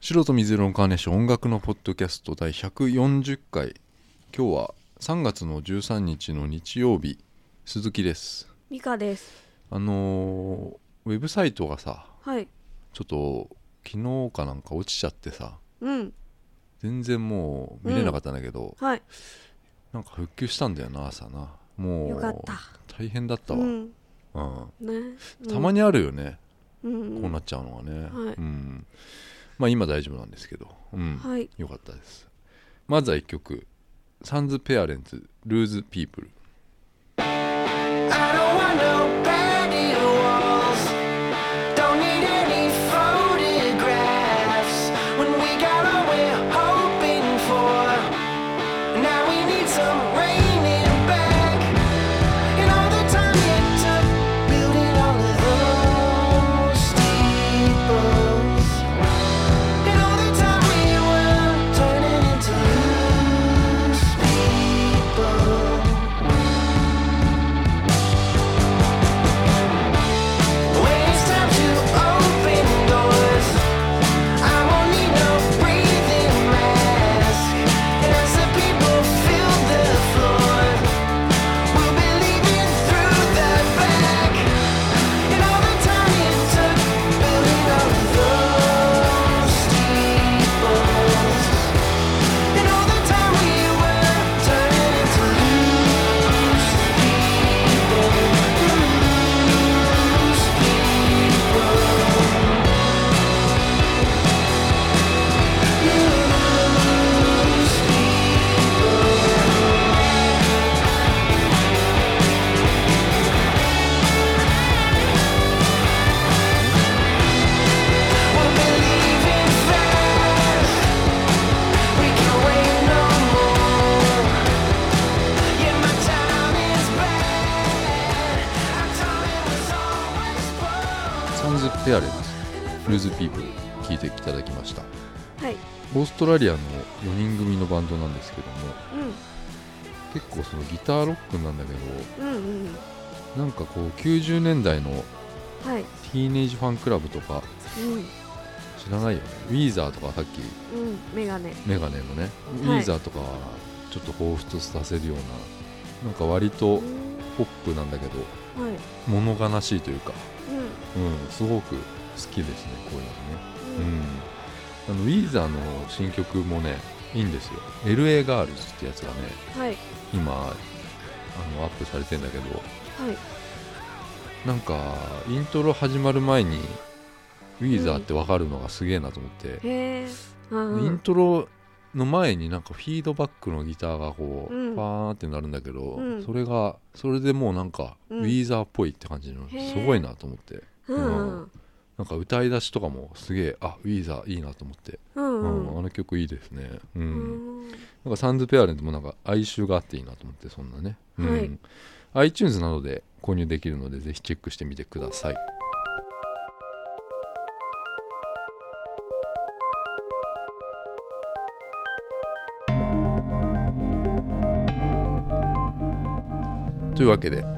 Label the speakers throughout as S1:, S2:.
S1: 白と水色のカーネーション音楽のポッドキャスト第140回今日は3月の13日の日曜日鈴木です
S2: ミカです。
S1: あのーウェブサイトがさ
S2: はい。
S1: ちょっと昨日かなんか落ちちゃってさ
S2: うん。
S1: 全然もう見れなかったんだけど、
S2: はい。
S1: なんか復旧したんだよな朝なも
S2: よかっ
S1: う
S2: た
S1: 大変だったわ、
S2: う
S1: うん
S2: ん。ね。
S1: たま
S2: に、
S1: にあるよね、
S2: うん、
S1: こうなっちゃうのはね、
S2: はい
S1: うんまあ今大丈夫なんですけど、うん
S2: はい。
S1: よかったですまずは1曲「サンズ・ペアレンツ・ルーズ・ピープル
S3: I don't want no patio walls. Don't need any photographs. When we got all we're hoping for, now we need some raining back. And all the time it took building all of those steeples. And all the time we were turning into loose people. When it's time to open doors, I won't need no breathing mask. And as the people fill the floor, we'll be leaving through the back. And all the time it took building all of those steeples, and all the time we were turning into loose people. We'll be leaving fast. We can't wait no more. Yeah, my time is bad. I thought it was always broke.」
S1: サンズ・ペアレンツ・ルーズ・ピープル聴いていただきました
S2: はい。
S1: オーストラリアの4人組のバンドなんですけども
S2: う
S1: 結構そのギターロックなんだけど
S2: ん。うんうん。
S1: なんかこう90年代の
S2: はい。
S1: ティーネージファンクラブとか知らないよねウィーザーとかさっき
S2: うん。うん。メガネ。
S1: メガネのね、
S2: はい
S1: ウィーザーとかちょっと彷彿とさせるようななんか割と
S2: うん
S1: ポップなんだけど
S2: はい。
S1: 物悲しいというか、
S2: うん。
S1: うん、すごく好きですねこういう
S2: う
S1: のね、うん、あのウィーザーの新曲もねいいんですよ「LA ガールズ」ってやつがね
S2: はい。はい。
S1: 今あのアップされてんだけどなんかイントロ始まる前にウィーザーって分かるのがすげえなと思って、
S2: へえ。あ
S1: イン
S2: ー
S1: トロの前になんかフィードバックのギターがこう、
S2: うん
S1: パーンってなるんだけど、
S2: うん
S1: それがそれでもうなんか、
S2: うん
S1: ウィーザーっぽいって感じの
S2: へー
S1: すごいなと思って
S2: うんうん。
S1: なんか歌い出しとかもすげえあウィーザーいいなと思って、
S2: うんう
S1: うん
S2: ん
S1: あの曲いいですね、うん
S2: うん。
S1: なんかサンズ・ペアレントもなんか哀愁があっていいなと思ってそんなね、うん
S2: はい
S1: iTunes などで購入できるのでぜひチェックしてみてくださいというわけで、
S2: はい。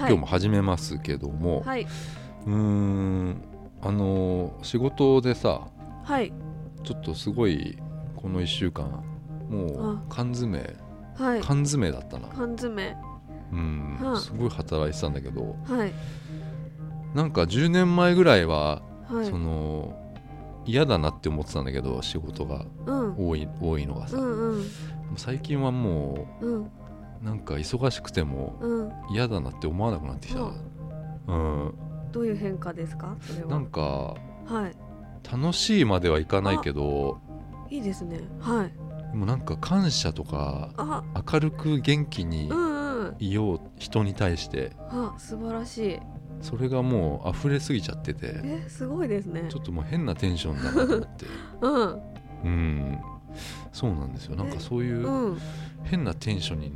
S1: 今日も。始めますけども、
S2: はい。
S1: うーんあのー仕事でさ
S2: はい。
S1: ちょっとすごいこの1週間もう缶詰
S2: はい。
S1: 缶詰だったな、
S2: 缶詰。
S1: うん
S2: うん
S1: すごい働いてたんだけど
S2: はい。
S1: なんか10年前ぐらいは、
S2: はい
S1: そ。の嫌だなって思ってたんだけど仕事が
S2: うん。
S1: 多い多いのが
S2: う
S1: さ、
S2: んうん。
S1: 最近はも
S2: うん。
S1: うなんか忙しくても
S2: うん。
S1: 嫌だなって思わなくなってきた、
S2: う
S1: うん
S2: どういう変化ですかそれ
S1: な
S2: は
S1: ん。か
S2: はい。
S1: 楽しいまではいかないけど
S2: いいですね。はい。
S1: でもなんか感謝とか
S2: あ、
S1: 明るく元気に
S2: うんうん。
S1: いよう人に対して
S2: あ、素晴らしい。
S1: それがもう溢れすぎちゃってて
S2: え、すごいですね
S1: ち。ょっともう変なテンションだなと思 って。
S2: うん。。
S1: うんそうなんですよなんかそういううん変なテンションに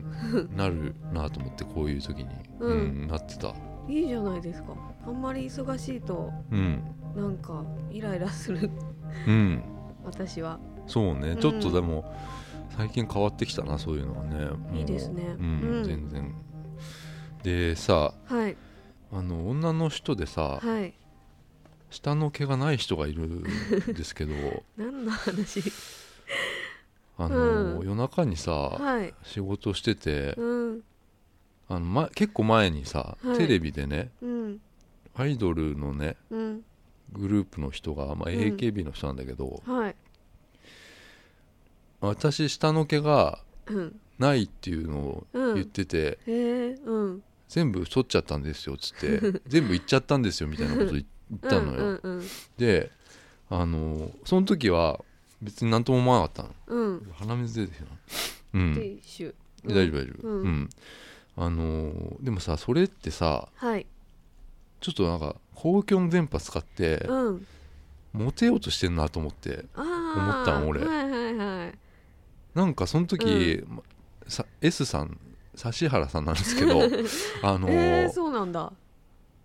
S1: なるなと思 ってこういう時に、
S2: うん
S1: なってた
S2: いいじゃないですか。あんまり忙しいと
S1: うん
S2: なんかイライラする
S1: うん
S2: 私は。
S1: そうね、
S2: うん
S1: ちょっとでも最近変わってきたなそういうのはねもう
S2: いいですね
S1: うん
S2: うん
S1: 全然でさ
S2: はい
S1: あの女の人でさ
S2: はい
S1: 下の毛がない人がいるんですけど
S2: 何の話
S1: あの、
S2: うん
S1: 夜中にさ、
S2: はい
S1: 仕事してて、
S2: うん
S1: あのま、結構前にさ、
S2: はい
S1: テレビでね
S2: うん
S1: アイドルのね
S2: うん
S1: グループの人が、まあ、
S2: うん
S1: AKB の人なんだけど、
S2: はい
S1: 私下の毛が
S2: うん
S1: ないっていうのを
S2: うん
S1: 言ってて、
S2: へえうん
S1: 全部剃っちゃったんですよっつ って全部言っちゃったんですよみたいなこと言ったのよ、
S2: うんうん
S1: であのその時は別に何とも思わなかったの
S2: うんうん
S1: 鼻水出てきたなうん
S2: ティッシュうん
S1: 大丈夫大丈夫
S2: うん
S1: うんあのーでもさそれってさ
S2: はい
S1: ちょっとなんか公共の電波使って
S2: うん
S1: モテようとしてんなと思って
S2: ああ
S1: 思ったん俺
S2: はいはいはい
S1: なんかその時、まさ S さん指原さんなんですけ どあのー
S2: えー、そうなんだ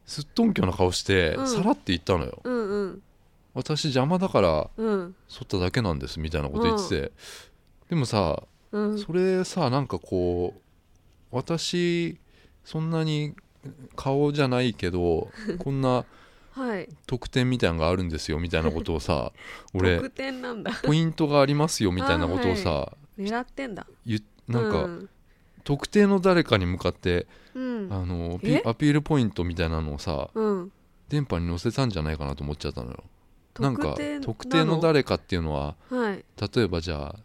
S1: すっとんきょな顔して、
S2: うん
S1: さらって言ったのよ
S2: うんうん
S1: 私邪魔だから
S2: うん
S1: 剃っただけなんですみたいなこと言ってて、でもさ
S2: うん
S1: それさなんかこう私そんなに顔じゃないけ どこんな
S2: はい
S1: 特典みたいなのがあるんですよみたいなことをさ俺
S2: 得点なんだ
S1: ポイントがありますよみたいなことをさ、
S2: 狙ってんだ
S1: 言っなんか、
S2: うん
S1: 特定の誰かに向かって、
S2: うん
S1: あのピ
S2: え
S1: アピールポイントみたいなのをさ
S2: うん
S1: 電波に載せたんじゃないかなと思っちゃったのよ。なんか
S2: 典な
S1: 特定の誰かっていうのは
S2: はい
S1: 例えばじゃ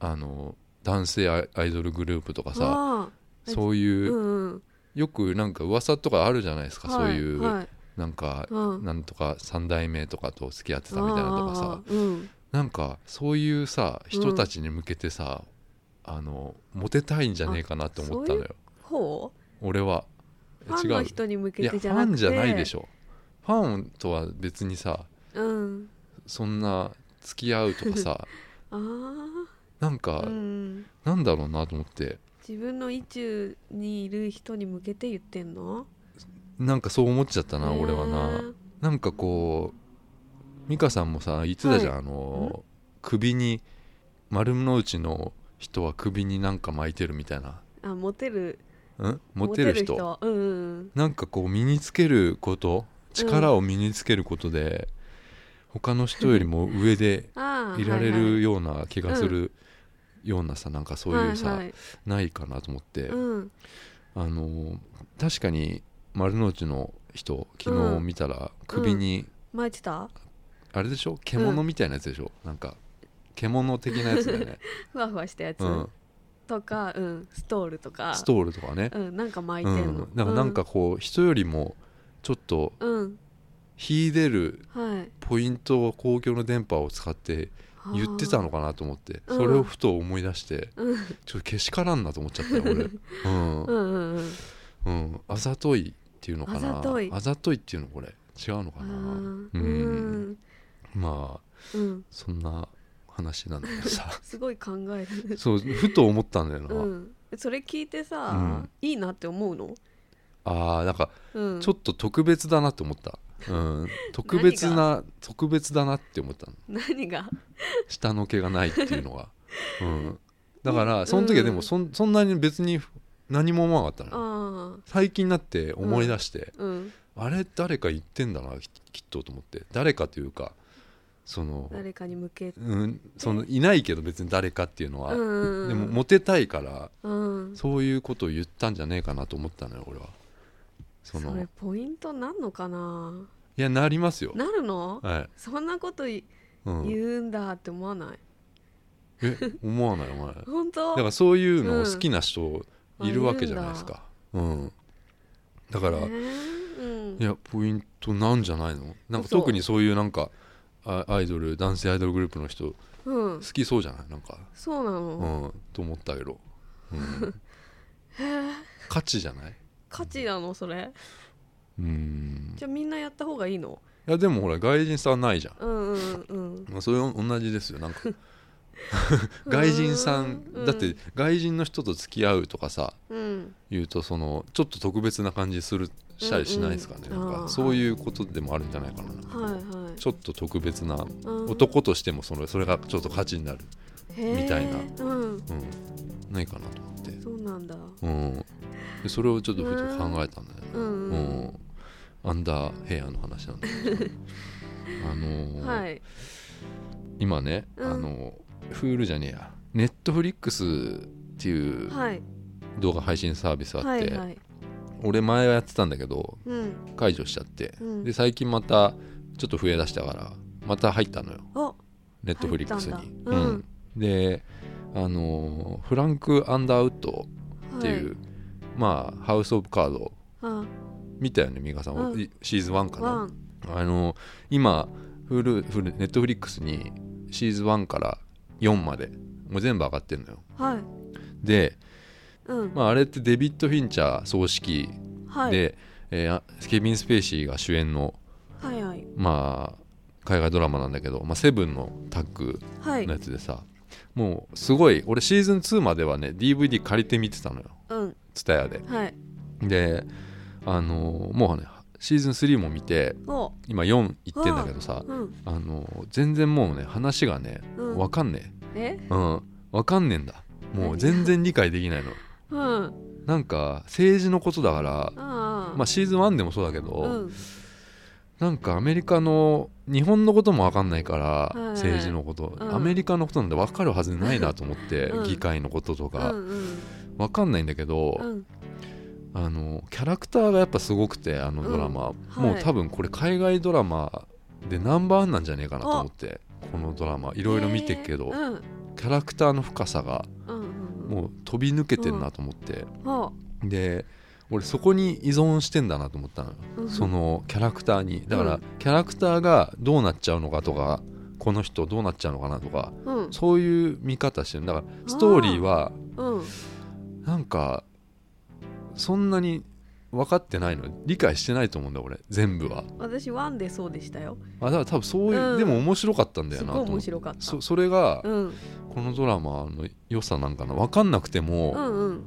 S1: ああの男性アイアイドルグループとかさ
S2: あー
S1: そういうう、
S2: んうん
S1: よくなんか噂とかあるじゃないですか、そういう、
S2: はいはい
S1: なんか、
S2: うん
S1: なんとか三代目とかと付き合ってたみたいなとか
S2: あ
S1: さ
S2: ーうん
S1: なんかそういうさ
S2: うん
S1: 人たちに向けてさ、あのモテたいんじゃねえかなって思ったのよ
S2: ほ
S1: 俺は
S2: うファ
S1: 違
S2: ンの
S1: う
S2: 人に向
S1: い
S2: け
S1: やフ
S2: てじゃな
S1: ァ
S2: くて
S1: ンじゃないでし
S2: ょ
S1: ょファンとは別にさ
S2: うん
S1: そんな付き合うとか さ
S2: ああ
S1: なんか、
S2: うん
S1: なんだろうなと思って
S2: 自分の意中にいる人に向けて言ってんの
S1: なんかそう思っちゃったな俺はな。なんかこう美香さんもさ言ってたじゃん、
S2: は
S1: あの首に丸の内の人は首になんか巻いてるみたいな
S2: へーあモテる
S1: んモテる人
S2: モテる人うんうん
S1: なんかこう身につけること力を身につけることで、他の人よりも上で
S2: ああ
S1: いられ
S2: はいは
S1: る
S2: い
S1: ような気がするようなさなんかそういうさ、
S2: はいはい
S1: ないかなと思って、
S2: うん
S1: あの確かに丸の内の人昨日見たら首に、
S2: 巻いてた
S1: あれでしょ獣みたいなやつでしょ、なんか獣的なやつだ よね、
S2: ふわふわしたやつ
S1: うん、
S2: とかうんストールとか
S1: ストールとかね、
S2: うんなんか巻いうてん
S1: ん
S2: の
S1: だからなんかこう人よりもちょっと
S2: うん
S1: 秀でる
S2: うんはい
S1: ポイントを公共の電波を使って言ってたのかなと思って
S2: うん
S1: それをふと思い出して
S2: うん
S1: ちょっとけしからんなと思っちゃった よ俺うん、
S2: うんうんうん
S1: うん、あざといっていうのかな
S2: あざと
S1: と
S2: い
S1: いっていうのこれ違うの
S2: あ
S1: か
S2: ー
S1: な
S2: う
S1: うん
S2: ん
S1: まあ
S2: うん
S1: そんな話なんだけどさ
S2: すごい考える
S1: そうふと思ったんだよ な、
S2: うんそれ聞いて
S1: う
S2: さ
S1: ん
S2: いいなって思うの
S1: あーなんか
S2: うん
S1: ちょっと特別だなって思った、うん、特別な特別だなって思ったの
S2: 何が
S1: 下の毛がないっていうのが、うん、だか
S2: う
S1: ら
S2: ん
S1: その時はでもそ,、ん、そんなに別に何も思わなかったの
S2: あ
S1: 最近になって思い出して、
S2: あうん
S1: あれ誰か言ってんだなききっとと思って誰かというかその,、
S2: 誰かに向けて
S1: うん、そのいないけど別に誰かっていうのは、
S2: うんうんうん
S1: でもモテたいから
S2: うん
S1: そういうことを言ったんじゃねえかなと思ったのよ俺はそ
S2: そ
S1: の
S2: れポイントなんのかない
S1: やなりますよ
S2: なるの
S1: はい、
S2: そんなことい
S1: うん、
S2: 言うんだって思わない
S1: え思わない お前だ
S2: 本当
S1: からそういうのを好きな人いるわけじゃないですかうんだから、
S2: ねうん
S1: いやポイントなんじゃないのなんか
S2: 嘘
S1: 特にそういうなんかあアイドル男性アイドルグループの人好
S2: うん
S1: きそうじゃないなんか
S2: そうな
S1: う
S2: の
S1: ん、と思ったけど、うん、価値じゃない
S2: 価値なのそれ
S1: うん
S2: じゃあみんなやった方がいいの
S1: いやでもほら外人さんないじゃん、
S2: うんうんうん
S1: まあ、それは同じですよ なんか外人さ
S2: うん
S1: んだって外人の人と付き合うとかさ、
S2: うん
S1: 言うとそのちょっと特別な感じするしたりしないですかね、
S2: うんう
S1: な
S2: ん
S1: ん
S2: あー
S1: かそういうことでもあるんじゃないかななんか
S2: はいはい
S1: ちょっと特別な
S2: うん
S1: 男としてもそのそれがちょっと価値になる、みたいな
S2: へーうん
S1: うん、ないかなと思って、
S2: そうなんだ
S1: うん、でそれをちょっとふと考えたんだよね、
S2: うん
S1: うんアンダーヘアの話なんだけどあのー
S2: はい
S1: 今ね、
S2: うん
S1: あのフールじゃねえやネットフリックスっていう
S2: はい
S1: 動画配信サービスあって、
S2: はいはい
S1: 俺前はやってたんだけど
S2: うん
S1: 解除しちゃって、
S2: うん
S1: で最近またちょっと増えだしたからまた入ったのよ
S2: あ
S1: ネットフリックス
S2: 入っ
S1: に
S2: たんだうん
S1: であのーフランク・アンダーウッドっていう、まあハウス・オブ・カード
S2: はい
S1: 見たよね美香さん、
S2: うん
S1: いシーズン1
S2: あ
S1: かな
S2: ワン
S1: あの今フルフルネットフリックスにシーズン1から4までもう全部上がってるのよ
S2: はい
S1: で、
S2: うん
S1: まあ、あれってデビッド・フィンチャー葬式
S2: はい
S1: で、えーあケビン・スペーシーが主演の、
S2: はいはい
S1: まあ、海外ドラマなんだけど「まあ、セブン」のタッグ
S2: はい
S1: のやつでさ、もうすごい俺シーズン2まではね DVD 借りて見てたのよ
S2: うん
S1: 蔦屋で
S2: はい
S1: であのーもうねシーズン3も見て
S2: お
S1: 今4いってんだけどさ、
S2: うん
S1: あの全然もうね話がね
S2: うん
S1: わかんね
S2: え
S1: え、うん、わかんねえんだもう全然理解できないの
S2: うん
S1: なんか政治のことだから
S2: ああ
S1: まあシーズン1でもそうだけど、
S2: うん
S1: なんかアメリカの日本のこともわかんないから、
S2: うん
S1: 政治のこと、
S2: うん
S1: アメリカのことなんてわかるはずないなと思って、
S2: うん
S1: 議会のことと
S2: う
S1: か
S2: んうん
S1: わかんないんだけど、
S2: うん
S1: あのキャラクターがやっぱすごくてあのドラマ、
S2: うん
S1: もう多分これ海外ドラマでナンバーワンなんじゃねえかなと思ってこのドラマい
S2: い
S1: ろいろ見てるけど、
S2: うん
S1: キャラクターの深さが
S2: うんうん
S1: もう飛び抜けてんなと思って、
S2: ほ
S1: で俺そこに依存してんだなと思ったのよ、
S2: うん
S1: そのキャラクターにだから、
S2: うん
S1: キャラクターがどうなっちゃうのかとかこの人どうなっちゃうのかなとか
S2: ううん
S1: そういう見方してるだからストーリーは
S2: うん
S1: なんかそんなに分かってないの理解してないと思うんだ俺全部は
S2: 私ワンでそうでしたよ
S1: あだから多分そういう、
S2: うん
S1: でも面白かったんだよ
S2: す
S1: な
S2: ご
S1: と
S2: い
S1: 思
S2: 面
S1: って
S2: 白かった
S1: そそれが
S2: うん
S1: このドラマの良さなんかな分かんなくても、
S2: うんうん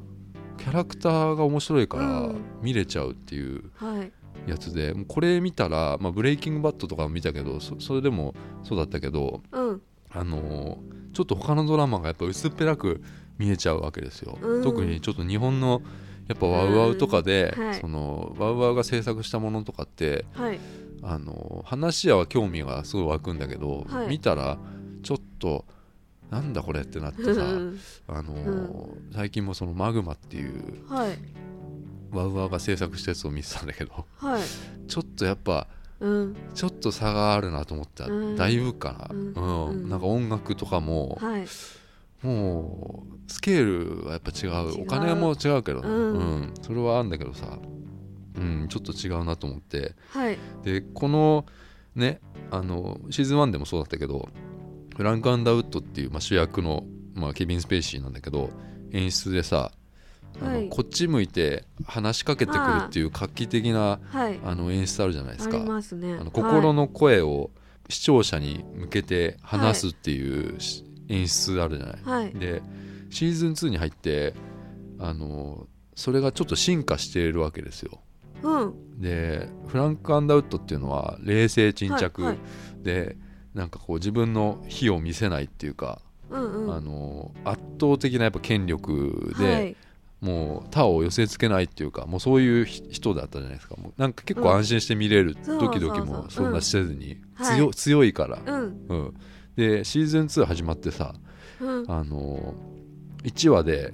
S1: キャラクターが面白いか
S2: う
S1: ら
S2: ん
S1: 見れちゃうっていう
S2: はい
S1: やつで、もうこれ見たら、まあ、ブレイキングバットとかも見たけどそそれでもそうだったけど、
S2: うん
S1: あのーちょっと他のドラマがやっぱ薄っぺらく見えちゃうわけですよ、
S2: うん
S1: 特にちょっと日本のやっぱワウワウとかで、
S2: うんはい
S1: そのワウワウが制作したものとかって、
S2: はい
S1: あのー話やは興味がすごい湧くんだけど、
S2: はい
S1: 見たらちょっとなんだこれってなって
S2: う
S1: さ、
S2: ん
S1: あのー最近もそのマグマっていう
S2: はい
S1: ワウワウが制作したやつを見てたんだけど
S2: はい
S1: ちょっとやっぱ
S2: うん
S1: ちょっと差があるなと思った、
S2: うん
S1: だいぶかな、う
S2: うん
S1: ん
S2: うん
S1: なんか音楽とかも、
S2: はい
S1: もうスケールはやっぱ違う
S2: 違う
S1: お金も違うけどね、
S2: うん
S1: うんそれはあるんだけどさ、うん、ちょっと違うなと思って
S2: はい
S1: でこのねあのシーズン1でもそうだったけどフランク・アンダーウッドっていう、まあ、主役の、まあ、ケビン・スペーシーなんだけど演出でさあの、
S2: はい
S1: こっち向いて話しかけてくるっていう画期的な
S2: はい
S1: あの演出あるじゃないで
S2: あ
S1: すか
S2: りますね
S1: あの心の声を視聴者に向けて話すっていうし演出あるじゃない、
S2: はい
S1: でシーズン2に入ってあのそれがちょっと進化しているわけですよ
S2: うん
S1: でフランク・アンダーウッドっていうのは冷静沈着
S2: はいはい
S1: で、なんかこう自分の非を見せないっていうか、
S2: うんうん
S1: あの圧倒的なやっぱ権力で、
S2: はい
S1: もう他を寄せつけないっていうかもうそういうひ人だったじゃないですかもうなんか結構安心して見れる、
S2: うん
S1: ドキドキも
S2: そうそうそう
S1: そんなせずに、
S2: うん
S1: 強
S2: はい
S1: 強いから、
S2: うん
S1: うんでシーズン2始まってさ
S2: うん
S1: あのー、1話で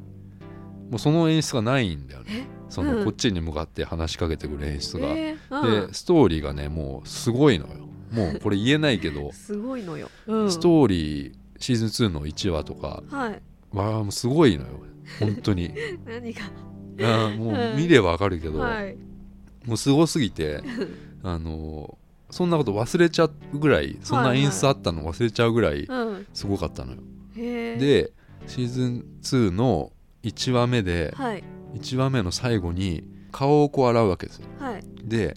S1: もうその演出がないんだよねその、
S2: うん
S1: こっちに向かって話しかけてくる演出が、
S2: えーうん
S1: でストーリーがねもうすごいのよもうこれ言えないけど
S2: すごいのようん
S1: ストーリーシーズン2の1話とか
S2: はい
S1: わあもうすごいのよ本当に
S2: 何が
S1: あーもう
S2: うん
S1: 見ればわかるけど、
S2: はい
S1: もうすごすぎてあのーそんなこと忘れちゃうぐらいそんな演出あったの忘れちゃうぐらい
S2: うん
S1: すごかったのよ、
S2: へえ
S1: でシーズン2の1話目で
S2: はい
S1: 1話目の最後に顔をこう洗うわけですよ
S2: はい
S1: で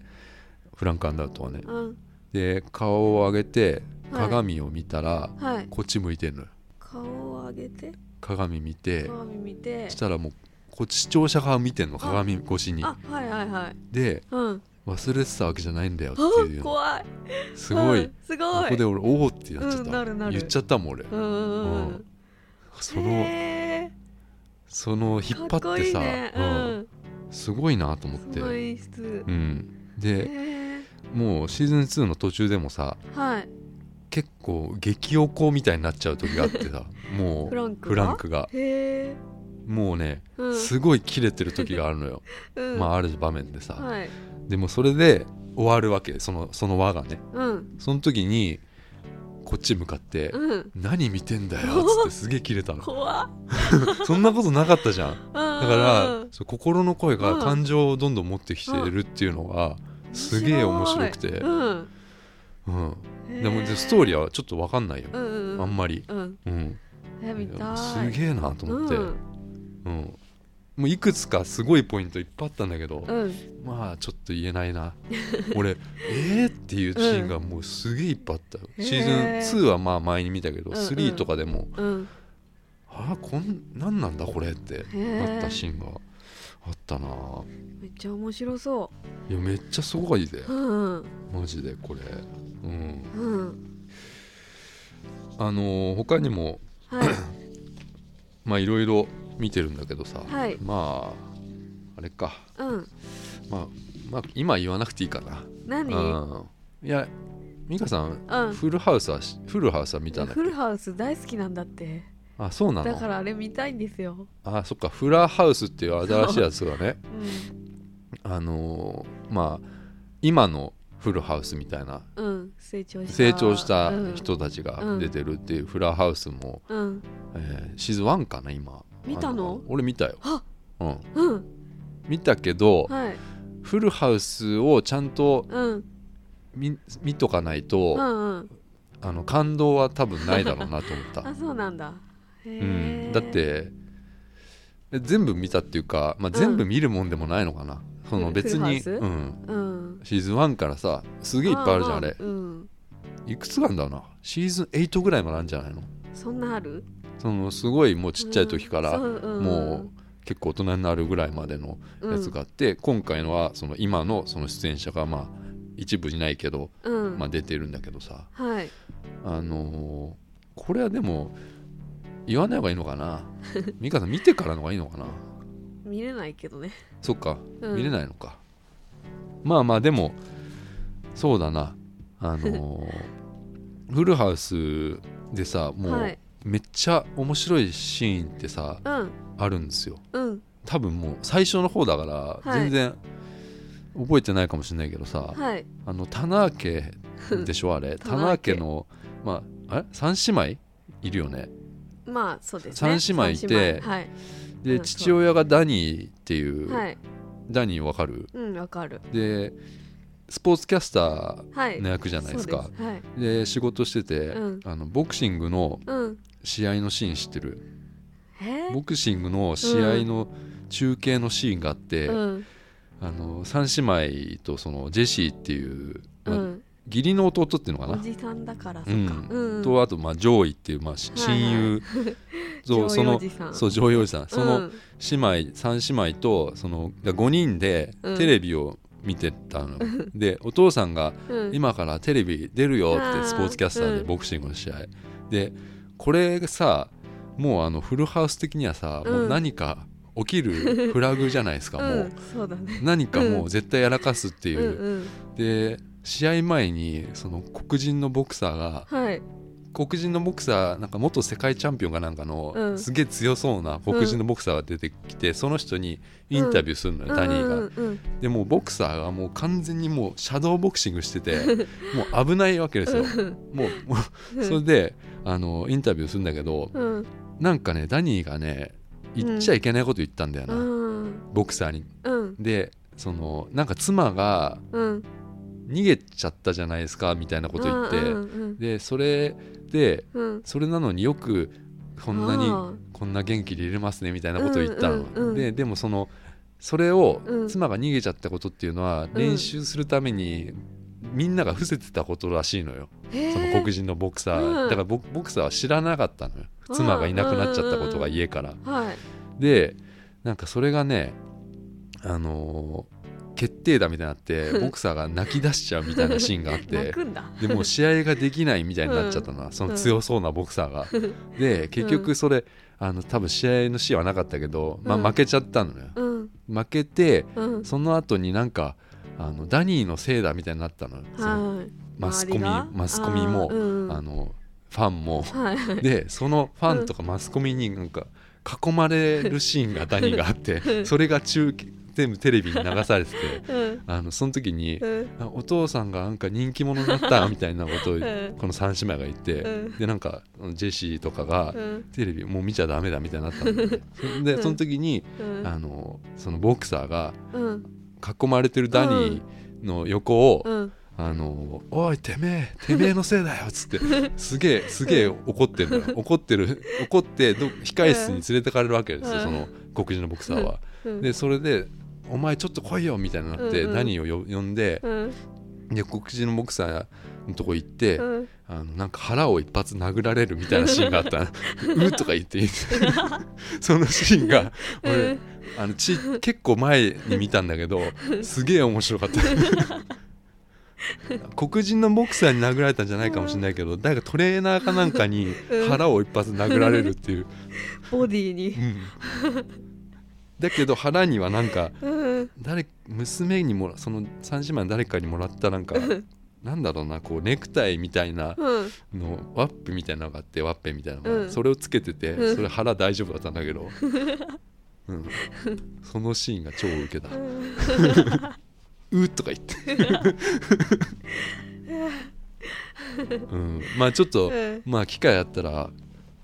S1: フランク・アンダートはね
S2: うん
S1: で顔を上げて
S2: はい
S1: 鏡を見たら、
S2: はい
S1: こっち向いてんのよ
S2: 顔を上げて
S1: 鏡見て
S2: 鏡見て
S1: したらもうこっち視聴者側見てんの鏡越しに
S2: あはいはいはい
S1: で
S2: うん
S1: 忘れてたわけじゃないんだよっていう
S2: あ
S1: の
S2: 怖い
S1: すごい、
S2: うんすごい
S1: ここで俺おおってなっちゃっ
S2: うん
S1: た、
S2: なるなる
S1: 言っちゃったもん俺
S2: うんうんうん
S1: う
S2: うんん
S1: その
S2: へ
S1: その
S2: ー
S1: 引っ張
S2: かこ
S1: っ
S2: い
S1: て
S2: い
S1: さ
S2: ね
S1: うんすごいなと思っ
S2: うん、その
S1: て、
S2: 演出
S1: うん、
S2: へ
S1: で
S2: ー
S1: もうシーズン2の途中でもさ
S2: はい
S1: 結構激おこみたいになっちゃう時があって さもう
S2: フランクが
S1: フランクが
S2: へえ
S1: もうね
S2: うん
S1: すごい切れてる時があるのよ、
S2: うん
S1: まあある場面でさ、
S2: はい
S1: でもそれで終わるわけそのその輪がね
S2: うん
S1: その時にこっち向かって
S2: うん
S1: 「何見てんだよ」っつってすげえ切れたの
S2: 怖っ
S1: そんなことなかったじ ゃん
S2: だか
S1: だからそう心の声が感情をどんどん持ってきてるっていうのがすげえ面白くて、
S2: うん
S1: うん、
S2: へ
S1: でもでストーリーはちょっと分かんないよ、
S2: うんうんうん
S1: あんまり、
S2: うん
S1: うん、
S2: え見たい
S1: すげえなと思って、
S2: う
S1: うん
S2: ん
S1: もういくつかすごいポイントいっぱいあったんだけど、
S2: うん
S1: まあちょっと言えない な俺えーっていうシーンがもうすげえいっぱいあったよ、
S2: へー
S1: シーズン2はまあ前に見たけど、
S2: うんうん
S1: 3とかでも
S2: うん
S1: あーこんなんなんだこれって
S2: へー
S1: なったシーンがあったな
S2: めっちゃ面白そ
S1: いやめっちゃすごいで
S2: ううん
S1: マジでこれうん
S2: うん
S1: あのー他にも
S2: はい
S1: まあいろいろ見てるんだけどさ、
S2: はい
S1: まああれか
S2: うん
S1: まあまあ今言わなくていいかな
S2: 何
S1: うんいや美香さん
S2: うん
S1: フルハウスはしフルハウスは見たんだっけ
S2: フルハウス大好きなんだって
S1: あそうな
S2: だか
S1: の
S2: らあれ見たいんですよ
S1: あそっかフラハウスっていう新しいやつがね
S2: う
S1: あのーまあ今のフルハウスみたいなん
S2: うん成長した
S1: 成長した
S2: うん
S1: 人たちが出てるっていうフラハウスも、
S2: うん
S1: えーシーズン1かな今
S2: 見たの
S1: あ俺見たよ
S2: あ、
S1: うん、
S2: うん
S1: 見たけど
S2: はい
S1: フルハウスをちゃんと
S2: うん
S1: 見見とかないうと
S2: んうん
S1: あの感動は多分ないだろうなと思った
S2: あ、そうなんだへ
S1: う
S2: え
S1: ん、だって全部見たっていうか、まあ、
S2: ん
S1: 全部見るもんでもないのかな、その
S2: フル
S1: 別に、
S2: フルハウス
S1: うん、
S2: うん
S1: シーズン1からさすげえいっぱいあるじゃんあれ
S2: うん
S1: いくつなんだろうなシーズン8ぐらいまであるんじゃないの
S2: そんなある
S1: そのすごいもうちっちゃい時から、
S2: うんそ
S1: もう結構大人になるぐらいまでの
S2: うん
S1: やつがあって、今回のはその今のその出演者がまあ一部いないけど、
S2: うん
S1: まあ、出てるんだけどさ、
S2: はい
S1: あのーこれはでも言わない方がいいのか な美香さん見てからの方がいいのかな
S2: 見れないけどね
S1: そっか、
S2: うん
S1: 見れないのかまあまあでもそうだなあの ーフルハウスでさもう、
S2: はい
S1: めっちゃ面白いシーンってさ
S2: うん
S1: あるんですよ
S2: うん
S1: 多分もう最初の方だから
S2: は
S1: 全
S2: い
S1: 然覚えてないかもしれないけどさ、
S2: はい
S1: あの棚明 家でしょあれ
S2: 棚
S1: 棚
S2: 明
S1: 明家のまああれ三姉妹いるよね
S2: まあそうですね
S1: 三姉妹いて
S2: 三姉
S1: で、
S2: うんそう
S1: 父親がダニーっていう、
S2: 妹はいはい
S1: ダニーわかる
S2: うんわかる
S1: でスポーツキャスター
S2: はい
S1: の役じゃないですか
S2: そうはい
S1: で仕事してて、
S2: うん
S1: あのボクシングの
S2: うん
S1: 試合のシーン知ってる
S2: え
S1: ボクシングの試合の中継のシーンがあって、
S2: うん
S1: あの三姉妹とそのジェシーっていう、ま
S2: う
S1: あ
S2: ん
S1: 義理の弟っていうのか
S2: お
S1: な、
S2: じさんだからそっか
S1: うん
S2: うん
S1: とあとまあジョイっていう、まあ、し
S2: はい
S1: 親友、 そうそ
S2: 上位
S1: の
S2: おじさん
S1: そうジョイおじさんその、
S2: うん
S1: 姉妹3姉妹とその5人で
S2: うん
S1: テレビを見てたの、でお父さんが「
S2: うん
S1: 今からテレビ出るよ」
S2: あ
S1: っ
S2: ー
S1: てスポーツキャスターで
S2: うん
S1: ボクシングの試合、でこれがさもうあのフルハウス的にはさ、
S2: うん
S1: もう何か起きるフラグじゃないですか、も
S2: う
S1: うん
S2: そうだね
S1: 何かもう絶対やらかすって
S2: う
S1: い
S2: ん
S1: う、
S2: うん
S1: で試合前にその黒人のボクサーが
S2: はい
S1: 黒人のボクサーなんか元世界チャンピオンかなんかの、
S2: うん
S1: すげえ強そうな黒人のボクサーが出てきて、その人にインタビューするのよ、ダニーが。
S2: うんうん
S1: でもうボクサーがもう完全にもうシャドーボクシングして てもう危ないわけですよ。もうも
S2: う
S1: うんそれであのインタビューするんだけど
S2: うん
S1: なんかねダニーがね言っちゃいけないこと言ったんだよな、
S2: うん
S1: ボクサーに。
S2: うん
S1: でそのなんか妻が
S2: うん
S1: 逃げちゃったじゃないですかみたいなこと言って、
S2: うんうん
S1: でそれで
S2: うんうん
S1: それなのによくこんなに
S2: あー
S1: こんな元気でいれますねみたいなことを言ったの、
S2: うんうんうん
S1: ででもそのそれを
S2: うん
S1: 妻が逃げちゃったことっていうのは練習するためにみんなが伏せてたことらしいのよ、その黒
S2: 人
S1: 人のボクサー、
S2: うん
S1: だからボボクサーは知らなかったのよ妻がいなくなっちゃったことが家から、
S2: はい
S1: でなんかそれがねあのー決定だみたいにな ってボクサーが泣き出しちゃうみたいなシーンがあって
S2: 泣くんだ
S1: でもう試合ができないみたいになっちゃったな、その強そうなボクサーが。で結局それ、あの多分試合のシーンはなかったけど、まあ、
S2: うん
S1: 負けちゃったのよ、
S2: うん
S1: 負けて
S2: うん
S1: その後になんかあのダニーのせいだみたいになったの,、その
S2: はい。
S1: マスコミ
S2: 周りが
S1: マスコミも
S2: あーうん
S1: あのファンも
S2: はいはい。
S1: でそのファンとかマスコミになんか囲まれるシーンがダニーがあってそれが中継全部テレビに流されてて
S2: うん
S1: あのその時に
S2: うん
S1: あお父さんがなんか人気者になったみたいなこと を
S2: ん
S1: この3姉妹が言って、
S2: うん
S1: でなんかジェシーとかが
S2: うん
S1: テレビもう見ちゃダメだみたいになったんだよ ねでその時に
S2: うん
S1: あのそのボクサーが
S2: うん
S1: 囲まれてるダニーの横を「
S2: うん
S1: あのおいてめえてめえのせい だよ」っつってすげえすげえ怒ってるのよ怒ってる怒ってど控え室に連れてかれるわけですよ
S2: うん
S1: その黒人のボクサーは。
S2: うん
S1: でそれで「お前ちょっと来いよ」みたいになって
S2: うんうん
S1: ダニーをよ呼んで
S2: うん
S1: で黒人のボクサーのとこ行って、
S2: うん
S1: あのなんか腹を一発殴られるみたいなシーンがあ ったのううとか言って言 ってそのシーンが俺、
S2: うん
S1: あのち結構前に見たんだけどすげえ面白かった 黒人のボクサーに殴られたんじゃないかもしれないけど誰かトレーナーかなんかに
S2: うん
S1: 腹を一発殴られるっていう、
S2: ボディ
S1: う
S2: に
S1: ん、だけど腹にはなんか
S2: うん
S1: 誰娘にもらその3姉妹の誰かにもらった なんかなんだろうなこうネクタイみたいな
S2: うん
S1: のワップみたいなのがあってワッペンみたいなのが、
S2: うん
S1: それをつけてて、
S2: うん
S1: それ腹大丈夫だったんだけ ど、うん、そのシーンが超ウケ た
S2: うん
S1: 「う」とか言って、 うん、まあちょっと、
S2: うん
S1: まあ機会あったら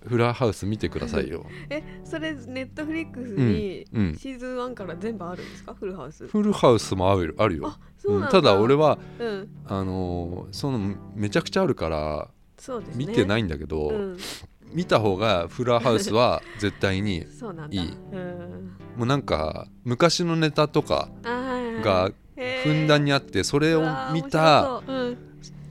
S1: フラーハウス見てくださいよ
S2: えそれネットフリックス
S1: うんうん
S2: にシーズン1から全部あるんですかフルハウス
S1: フルハウスもあるあるよ
S2: あそうなんだ、
S1: ただ俺は
S2: うん
S1: あのーそのめちゃくちゃあるから
S2: そうですね
S1: 見てないいんだけど、
S2: うん
S1: 見た方がフラーハウス は絶対に
S2: そうなんだ
S1: いい
S2: うん
S1: もうなんか昔のネタとか
S2: あはいはいはい
S1: がふんだん
S2: に
S1: にあってそれを見た
S2: うん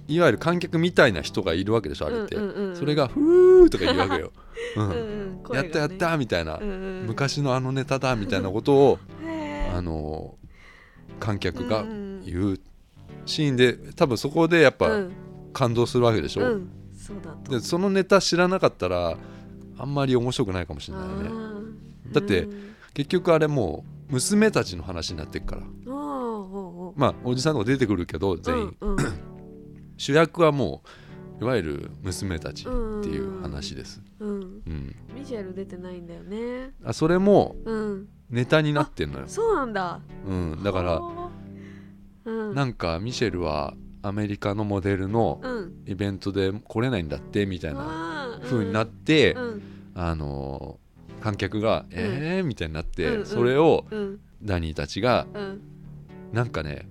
S1: いわゆる観客みたいな人がいるわけでしょあれって、
S2: うんうんうん
S1: それが「ふー」とか言うわけ よ、う
S2: うんんうん
S1: やったやっ、たみたいな、
S2: 声がねうんうん、
S1: 昔のあのネタだみたいなこと を、
S2: へー
S1: あの観客が
S2: うんうん
S1: 言うシーンで多分そこでやっ
S2: う
S1: ぱ
S2: ん
S1: 感動するわけでしょ、
S2: うん、そうだと
S1: でそのネタ知らなかったらあんまり面白くないかもしれ
S2: あ
S1: ないよね
S2: ー
S1: だって
S2: うん
S1: 結局あれもう娘たちの話になってくから
S2: おーおーおー
S1: まあおじさんとか出てくるけど全員、
S2: うんうん
S1: 主役はもういわゆる娘たちっていう話です、
S2: う
S1: う
S2: ん、
S1: ん、
S2: ミシェル出てないんだよね
S1: あそれも
S2: うん
S1: ネタになってんのよ、
S2: そうなんだ
S1: うん、だから
S2: ほーうん
S1: なんかミシェルはアメリカのモデルの
S2: うん
S1: イベントで来れないんだってみたいな
S2: あー
S1: 風になって、
S2: うん
S1: あのー観客が「えー」みたいになって、
S2: うんうん
S1: それを
S2: うん
S1: ダニーたちが
S2: うん
S1: なんかね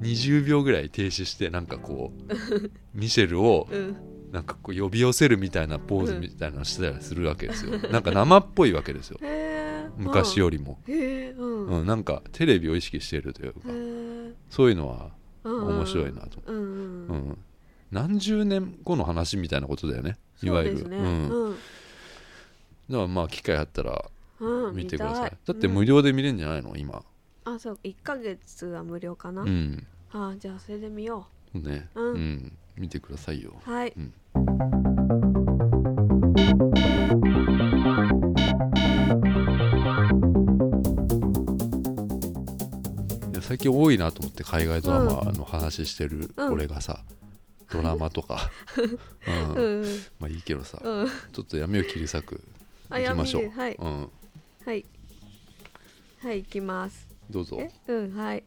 S1: 20秒ぐらい停止してなんかこ うミシェルを
S2: うん
S1: なんかこう呼び寄せるみたいなポーズみたいなのしてたりするわけですよ。なんか生っぽいわけですよ
S2: へえ
S1: 昔
S2: よ
S1: よりも、
S2: へえうん
S1: うん、なんかテレビを意識してるというか
S2: へー
S1: そういうのは
S2: うんうん
S1: 面白いなと、
S2: うん
S1: う
S2: うん
S1: ん、何十年後の話みたいなことだよねいわゆる
S2: そうですね
S1: ん、だか
S2: うん
S1: らまあ機会あったら
S2: うん
S1: 見てください、
S2: 見た
S1: だって無
S2: 料
S1: 料で見れるんじゃないの今
S2: あそう一ヶ月は無料かな
S1: うん
S2: あじゃあそれで見よ
S1: ね
S2: うん
S1: うん、見てくださいよ
S2: うはい
S1: いや最近多いなと思って海外ドラマの話してる
S2: うん
S1: 俺がさ、ドラマと か、うん
S2: うん
S1: まあいいけどさ、
S2: うん
S1: ちょっと闇を切り裂く
S2: あ
S1: いきましょう、
S2: 闇ではい
S1: うん、
S2: はいはい行きます
S1: どうぞ
S2: えうんはい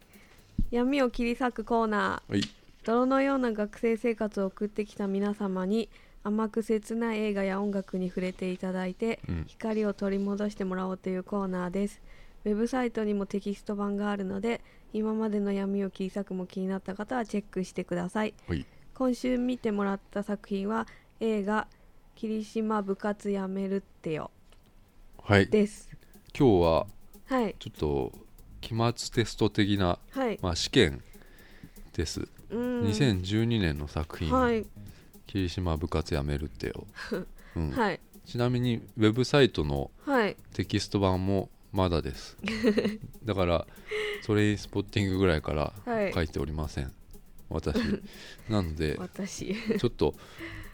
S2: 闇を切り裂くコーナ
S1: はい
S2: ー泥のような学生生活を送ってきた皆様に甘く切ない映画や音楽に触れていただいて、
S1: うん
S2: 光を取り戻してもらおうというコーナーですウェブサイトにもテキスト版があるので今までの闇を切り裂くも気になった方はチェックしてください
S1: はい
S2: 今週見てもらった作品は映画「霧島部活やめるってよ
S1: はい」
S2: です
S1: 今日は
S2: はい
S1: ちょっと期末テスト的な、
S2: はい、
S1: まあ、試験です、
S2: うん
S1: 2012年の作品「
S2: はい
S1: 霧島部活やめるって よ」うん
S2: はい
S1: ちなみにウェブサイトの
S2: はい
S1: テキスト版もまだです だからトレインスポッティングぐらいから
S2: はい
S1: 書いておりません、 私なので
S2: 私
S1: ちょっと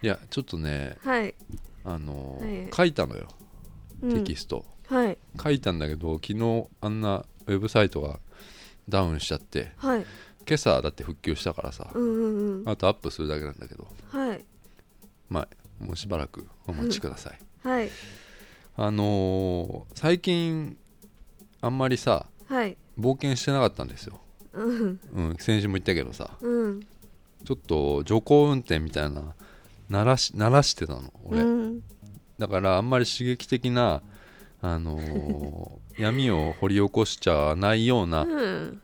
S1: いやちょっとね
S2: はい、
S1: あの、
S2: はい
S1: 書いたのよ
S2: うん
S1: テキスト、
S2: はい
S1: 書いたんだけど昨日あんなウェブサイトがダウンしちゃって
S2: はい
S1: 今朝だって復旧したからさ、
S2: うんうんうん
S1: あとアップするだけなんだけど
S2: はい
S1: まあもうしばらくお待ちください、
S2: はい
S1: あのー最近あんまりさ
S2: はい
S1: 冒険してなかったんですよ、
S2: うん
S1: うん、先週も言ったけどさ
S2: うん
S1: ちょっと徐行運転みたいな鳴らし鳴らしてたの俺、
S2: うん
S1: だからあんまり刺激的な、あの ー闇を掘り起こしちゃないような
S2: うん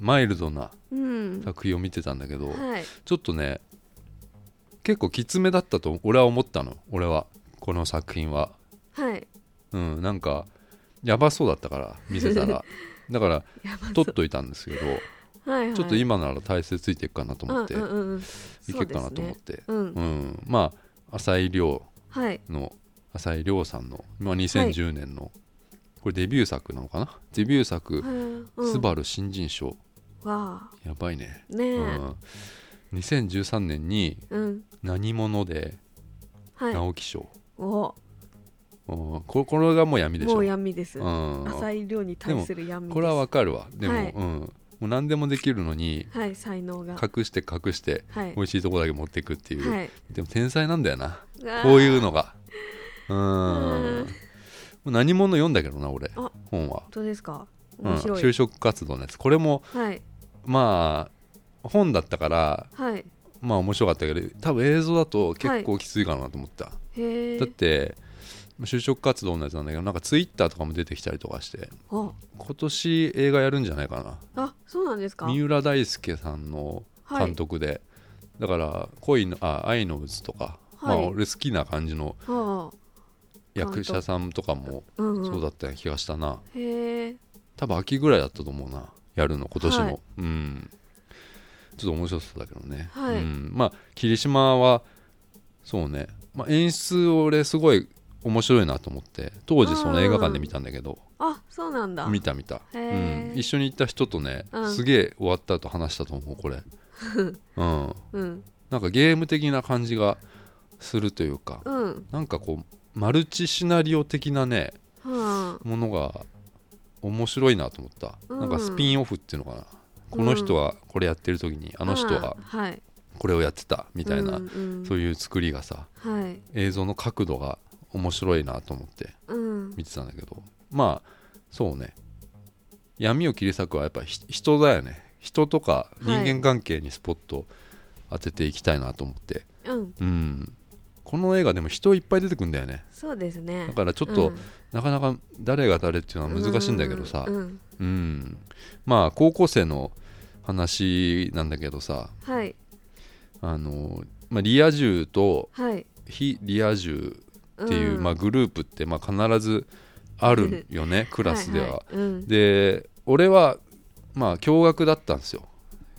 S1: マイルドな
S2: うん
S1: 作品を見てたんだけど、
S2: はい
S1: ちょっとね結構きつめだったと俺は思ったの俺はこの作品は
S2: はい
S1: うんなんかやばそうだったから見せた らだから
S2: やばそ
S1: 撮っ
S2: う
S1: といたんですけど、
S2: はいはい
S1: ちょっと今なら体勢ついていくかなと思って、
S2: うんうんうん
S1: いけっかなと思ってう,、
S2: そうですねうん
S1: んまあ浅井亮
S2: はい
S1: の浅井亮さんの、まあ、2010年の、これデビュー作なのかなデビュー作「
S2: う
S1: ス
S2: ん
S1: バル新人賞
S2: わあ」
S1: やばいね、
S2: ね
S1: う
S2: え
S1: ん、2013年に
S2: うん
S1: 「何者」で
S2: はい
S1: 直木賞、
S2: お
S1: うんここれがもう闇でしょ
S2: もう闇です
S1: うん、
S2: 浅い量に対する闇です
S1: これはわかるわでも、
S2: はい
S1: うん、もう何でもできるのに
S2: はい才能が
S1: 隠して隠して
S2: はい
S1: 美味しいとこだけ持っていくっていう、
S2: はい
S1: でも天才なんだよなこ
S2: こ
S1: ういうのがうん
S2: うん
S1: もう何者読んだけどな俺
S2: あ
S1: 本は、
S2: 本当ですか
S1: うん、
S2: 面白い、
S1: 就職活動のやつこれも
S2: はい
S1: まあ本だったから
S2: はい
S1: まあ面白かったけど多分映像だと結構きついかなと思った、
S2: へえ
S1: だって就職活動のやつなんだけどなんかツイッターとかも出てきたりとかして
S2: あ
S1: 今年映画やるんじゃないか
S2: あそうなんです
S1: な
S2: か
S1: 三浦大輔さんの
S2: はい
S1: 監督で、だから恋のあ愛の渦とか、
S2: はい
S1: まあ俺好きな感じの
S2: は
S1: 役者さんとかも
S2: あうん、うん、
S1: そうだったような気がしたな、
S2: へえ
S1: 多分秋ぐらいだったと思うなやるの今年の、
S2: はい
S1: うんちょっと面白そうだけどね、
S2: はい
S1: うん、まあ霧島はそうね、まあ、演出俺すごい面白いなと思って当時その映画館で見たんだけど
S2: あそうなんだ
S1: 見た見た、
S2: へー
S1: うん、一緒に行った人とね、
S2: うん
S1: すげえ終わった後話したと思うこれ、 うん、
S2: うん
S1: なんかゲーム的な感じがするというか
S2: うん
S1: なんかこうマルチシナリオ的なね
S2: はあ
S1: ものが面白いなと思った、
S2: うん
S1: なんかスピンオフっていうのかなこの人はこれやってる時に、あの人は
S2: はい
S1: これをやってたみたいな、
S2: うんうん、
S1: そういう作りがさ
S2: はい
S1: 映像の角度が面白いなと思って
S2: うん
S1: 見てたんだけどまあそうね闇を切り裂くはやっぱひ人だよね人とか人
S2: はい
S1: 間関係にスポット当てていきたいなと思って、
S2: うん
S1: うんこの映画でも人いっぱい出てくんだよね
S2: そうですね
S1: だからちょっと、
S2: うん
S1: なかなか誰が誰っていうのは難しいんだけどさ、
S2: うんうん
S1: うん、まあ高校生の話なんだけどさ
S2: はい
S1: あの、まあ、リア充と
S2: はい
S1: 非リア充っていう、
S2: ん
S1: まあ、グループってまあ必ずあるよねクラスでは。
S2: いいうん
S1: で俺はまあ共学だったんですよ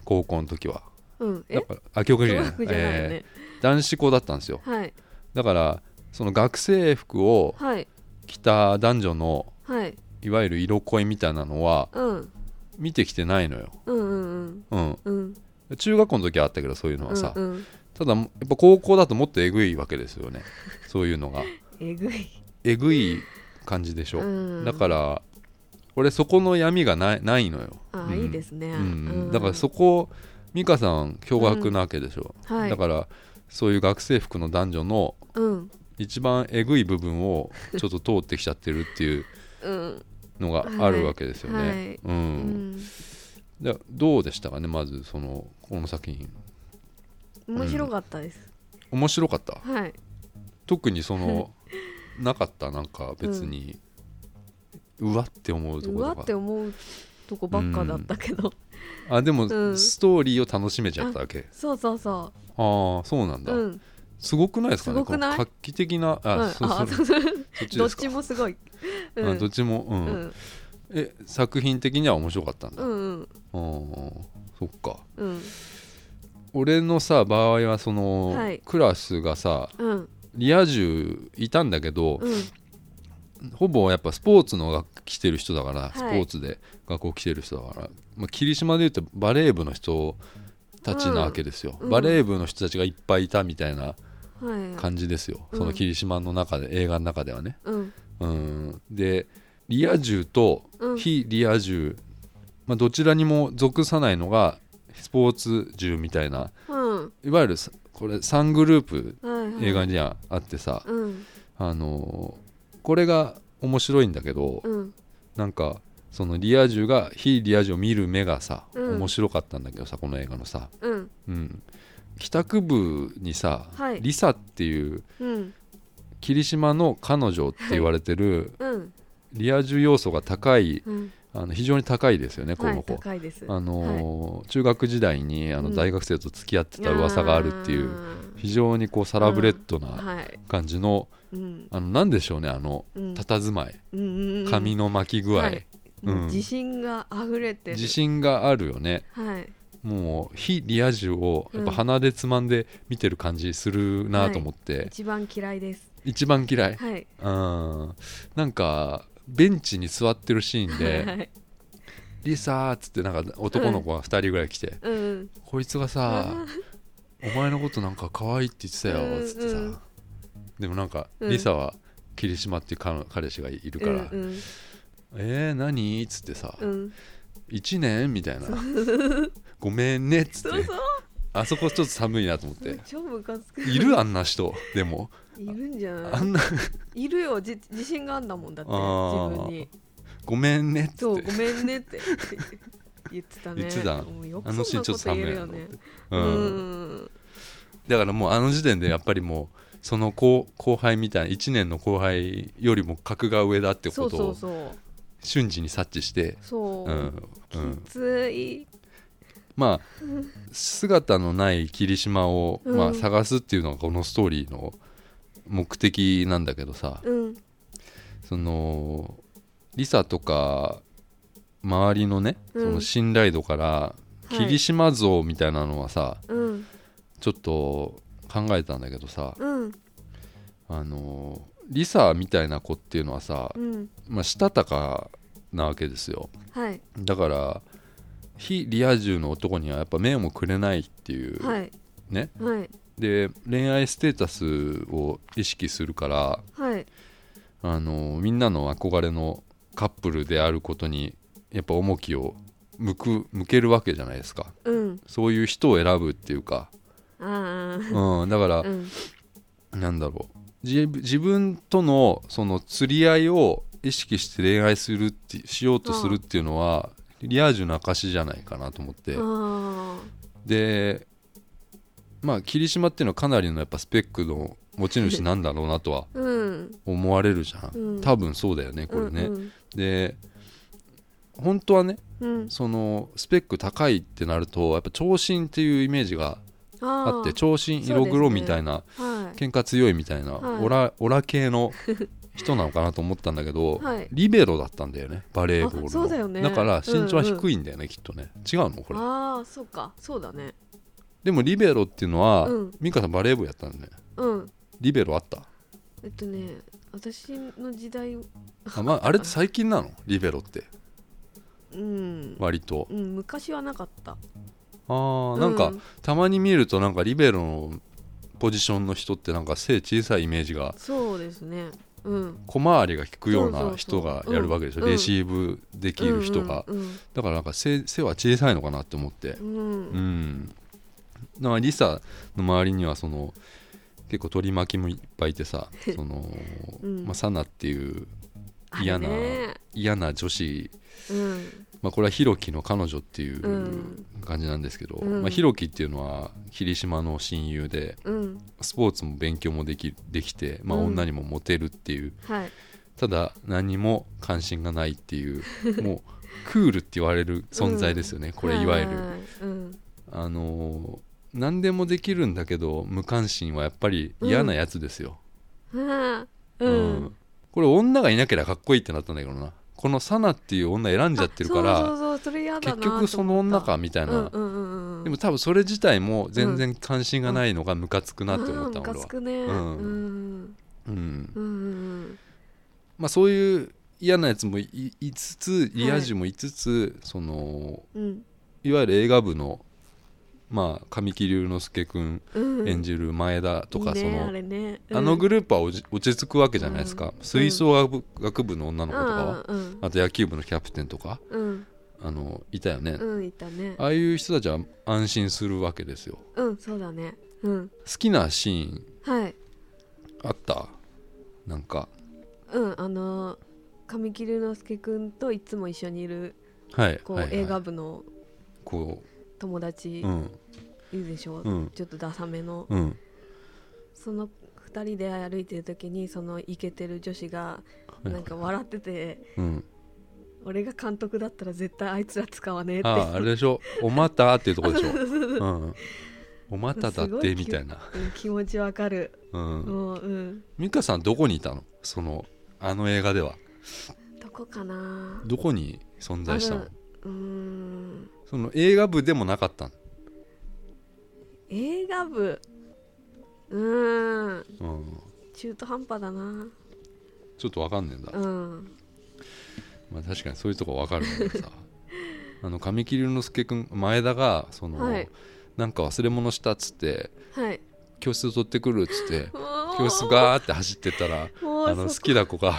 S1: 高校の時は。
S2: うんえ
S1: だからあ共学じゃ
S2: 驚
S1: ない
S2: 愕じゃないよね、
S1: えー男子校だったんですよ
S2: はい
S1: だからその学生服を
S2: はい
S1: 着た男女の
S2: はい
S1: いわゆる色恋みたいなのは
S2: うん
S1: 見てきてないのよ。
S2: うんうん
S1: うん、
S2: うんうん
S1: 中学校の時はあったけどそういうのはさ、
S2: うんうん、
S1: ただやっぱ高校だともっとえぐいわけですよねそういうの が
S2: えぐい
S1: えぐい感じでしょ、
S2: うん
S1: だから俺そこの闇がないないのよ
S2: あ
S1: うん
S2: いいですね、
S1: うんだからそこ美香さん驚愕なわけでしょ、
S2: はい
S1: だからそういう学生服の男女の
S2: うん
S1: 一番えぐい部分をちょっと通ってきちゃってるっていう
S2: うん
S1: のがあるわけですよね、
S2: はいはい
S1: うん
S2: うん
S1: でどうでしたかねまずそのこの作品
S2: 面白かったです、
S1: 面白かった
S2: はい
S1: 特にそのなかったなんか別に、うわって思うと
S2: う
S1: こ
S2: わ
S1: ろ
S2: っ
S1: と
S2: て
S1: か
S2: 思うとこばっかだったけど、
S1: あでも、
S2: うん
S1: ストーリーを楽しめちゃったわけ
S2: そうそうそ
S1: ああーそうなん
S2: う
S1: だ、
S2: うん
S1: すごくないですかね
S2: すごくない
S1: この画期的なあ、
S2: うん
S1: そう
S2: あ
S1: そ
S2: そううそう
S1: そっち
S2: ど
S1: で
S2: っ
S1: すか
S2: ちもすごいうん
S1: あどっちもうん、
S2: うん
S1: え作品的には面白かったんだ、
S2: う
S1: あ
S2: ん
S1: ーそっか
S2: うん
S1: 俺のさ場合はその、
S2: はい
S1: クラスがさ
S2: うん
S1: リア充いたんだけど、
S2: うん
S1: ほぼやっぱスポーツの学来てる人だから、
S2: い
S1: スポーツで学校来てる人だから、まあ、霧島でいうとバレー部の人たちなわけですよ、
S2: うんうん
S1: バレー部の人たちがいっぱいいたみたいな
S2: はい
S1: 感じですよ、
S2: うん
S1: その霧島の中で映画の中ではね
S2: うん
S1: うんでリア充と
S2: うん
S1: 非リア充、まあ、どちらにも属さないのがスポーツ銃みたいな
S2: うん
S1: いわゆるさこれ3グループ
S2: はいはい
S1: 映画にはあってさ、
S2: うん
S1: あのーこれが面白いんだけど、
S2: うん
S1: なんかそのリア充が非リア充を見る目がさ、
S2: うん
S1: 面白かったんだけどさこの映画のさ、
S2: うん
S1: うん、帰宅部にさ、
S2: はい
S1: リサっていう
S2: うん
S1: 霧島の彼女って言われてる、
S2: うん
S1: リア充要素が高い
S2: うん
S1: あの非常に高いですよねこ
S2: は
S1: の
S2: い
S1: 子、
S2: 高いです
S1: あのー中学時代にあ
S2: う
S1: の
S2: ん
S1: 大学生と付き合ってた噂があるっていう、
S2: あ
S1: 非常にこうサラブレッド
S2: ー
S1: な
S2: はい
S1: 感じの、
S2: うん
S1: あのなんでしょうねあの
S2: うん
S1: 佇まい
S2: うんうんうん
S1: 髪の巻き具合、
S2: はい
S1: うん
S2: もう自信が溢れてる
S1: 自信があるよね
S2: はい
S1: もう非リア充をやっぱ鼻でつまんで見てる感じするなと思って、
S2: 一番嫌いです
S1: 一番嫌い、
S2: はい
S1: うんなんかベンチに座ってるシーンで「
S2: はい
S1: リサー」っつってなんか男の子が2人ぐらい来て、
S2: うん
S1: こいつがさ「お前のことなんか可愛いって言ってたよ」っつってさ、
S2: うんうん
S1: でもなんか、
S2: うん
S1: リサは霧島っていう彼彼氏がいるから「
S2: うん
S1: えー、何?」っつってさ「
S2: うんうん
S1: 1年?」みたいな「ごめんね」っつっ
S2: そう
S1: て
S2: そう
S1: あそこちょっと寒いなと思って
S2: 超ムカつく
S1: いるあんな人でも
S2: いるんじゃ
S1: あ
S2: ない
S1: んない
S2: るよじ自信があんだもんだって
S1: あー
S2: 自分に
S1: 「ごめんね」っつ
S2: そう
S1: っ
S2: ご
S1: て
S2: めんねって言ってたね
S1: 言ってた
S2: もうよ
S1: あ
S2: く
S1: のシ
S2: そ
S1: ー
S2: ん
S1: ン
S2: な
S1: ちょっと
S2: こと
S1: 寒
S2: 言
S1: い
S2: える
S1: な
S2: よ
S1: と思っ
S2: ね
S1: て、
S2: う
S1: うん
S2: ん
S1: だからもうあの時点でやっぱりもうその後後輩みたいな1年の後輩よりも格が上だって
S2: そ
S1: こ
S2: う
S1: と
S2: そう
S1: を
S2: そう
S1: 瞬時に察知して
S2: そう、
S1: うんうん
S2: きつい
S1: まあ姿のない霧島を、
S2: うん
S1: まあ、探すっていうのがこのストーリーの目的なんだけどさ、
S2: うん
S1: そのリサとか周りのね、
S2: うん
S1: その信頼度から
S2: はい
S1: 霧島像みたいなのはさ、
S2: うん
S1: ちょっと考えたんだけどさ、
S2: うん
S1: あのリサみたいな子っていうのはさ、
S2: うん
S1: まあ、したたかなわけですよ
S2: はい
S1: だから非リア充の男にはやっぱ目もくれないっていう、
S2: はい
S1: ね
S2: はい
S1: で恋愛ステータスを意識するから
S2: はい
S1: あのみんなの憧れのカップルであることにやっぱ重きを向く向けるわけじゃないですか
S2: うん
S1: そういう人を選ぶっていうか、
S2: あ
S1: うん、だか
S2: あ
S1: ら
S2: う、ん
S1: なんだろう自自分とのその釣り合いを意識して恋愛するってしようとするっていうのは、リア充の証じゃないかなと思って、
S2: あ
S1: でまあ霧島っていうのはかなりのやっぱスペックの持ち主なんだろうなとは
S2: ーうん
S1: 思われるじゃん、
S2: うん
S1: 多分そうだよねこれね、
S2: うん
S1: で本当はね
S2: うん、
S1: そのスペック高いってなるとやっぱ長身っていうイメージが
S2: あ
S1: あっ
S2: ー
S1: て長身色黒みたいな、
S2: は
S1: 喧嘩強いみたいな、
S2: はい
S1: オラオラ系の人なのかなと思ったんだけど、
S2: はい
S1: リベロだったんだよねバレーボールの
S2: あそうだよね
S1: から身長は低いんだよね、きっとね違うのこ
S2: い
S1: れ
S2: ああそうかそうだね
S1: でもリベロっていうのは、
S2: うん
S1: ミカさんバレー部やったんだね
S2: うん
S1: リベロあった
S2: えっとね私の時代
S1: あ,、まあ、あれって最近なのリベロって
S2: うん、
S1: 割と
S2: うん、昔はなかった
S1: あーなんか、
S2: うん
S1: たまに見るとなんかリベロのポジションの人ってなんか背小さいイメージが
S2: そうですねうん
S1: 小回りが利くよう
S2: そうそ
S1: な
S2: うそう
S1: 人がやるわけでしょ
S2: うん
S1: レシーブできる人が、
S2: うんうん
S1: だからなんか背背は小さいのかなって思って
S2: うん、うん
S1: うん、だからリサの周りにはその結構取り巻きもいっぱいいて さその、
S2: うん
S1: まあ、サナっていう
S2: あ
S1: 嫌
S2: れ
S1: な
S2: ね
S1: 嫌な女子、
S2: うん
S1: まあ、これはヒロキの彼女っていう
S2: うん
S1: 感じなんですけど、
S2: うん
S1: まあ、ヒロキっていうのは霧島の親友で
S2: うん
S1: スポーツも勉強もできできて、まあ、
S2: うん
S1: 女にもモテるっていう、
S2: はい
S1: ただ何も関心がないっていう もうクールって言われる存在ですよね、これいわゆる。
S2: はうん
S1: あのー何でもできるんだけど無関心はやっぱり嫌なやつですよ、
S2: はあ
S1: う
S2: うん
S1: これ女がいなければかっこいいってなったんだけどなこのサナっていう女選んじゃってるから
S2: あそうそうそうそれ嫌だな
S1: 結局その女かみたいな、
S2: うんうんうんうん
S1: でも多分それ自体も全然関心がないのがムカつくなって思った、
S2: あーム
S1: 俺
S2: カ
S1: は
S2: つ、く
S1: う
S2: ね
S1: ん
S2: うん
S1: うん
S2: うんうん
S1: まあ、そういう嫌なやつもいいつつリア充もいつつ、い、その
S2: うん
S1: いわゆる映画部のまあ神木隆之介君
S2: うん
S1: 演じる前田とか、
S2: いい
S1: そ
S2: ね
S1: の
S2: あれね
S1: あのグループはおじ落ち着くわけじゃないですか、吹奏楽部学部の女の子とかは、
S2: うんうん
S1: あと野球部のキャプテンとか
S2: うん
S1: あのいたよね、
S2: うんいったね
S1: ああいう人たちは安心するわけですよ
S2: うんそうだねうん
S1: 好きなシーン
S2: はい
S1: あったなんか
S2: うんあのー神木隆之介くんといつも一緒にいる
S1: はい
S2: こう、
S1: はいはい
S2: 映画部の
S1: こ
S2: 友達
S1: ううん
S2: いるでしょ
S1: うん
S2: ちょっとダサめの、
S1: うん
S2: その2人で歩いてる時にそのイケてる女子が
S1: はい
S2: なんか笑ってて
S1: うん
S2: 俺が監督だったら絶対あいつら使わねえって
S1: あああれでしょ「おまた」っていうとこでしょ
S2: そうそうそう
S1: 「うん、おまただっ
S2: すご
S1: て」
S2: い
S1: みたいな、
S2: うん気持ちわかる
S1: うん、
S2: もううん
S1: 美香さんどこにいたのそのあの映画では
S2: どこかな
S1: どこに存在した
S2: あ
S1: の
S2: るうーん
S1: その映画部でもなかったの
S2: 映画部うーん
S1: うん
S2: 中途半端だな
S1: ちょっとわかんねえんだ、
S2: うん
S1: まあ、確かにそういうとこわかるんだけどさ あの神木隆之介君前田がその、
S2: はい
S1: なんか忘れ物したっつって
S2: はい
S1: 教室取ってくるっつ って教
S2: 教
S1: 室ガーって走ってったら
S2: も
S1: あ
S2: う
S1: の好
S2: そ
S1: きな子が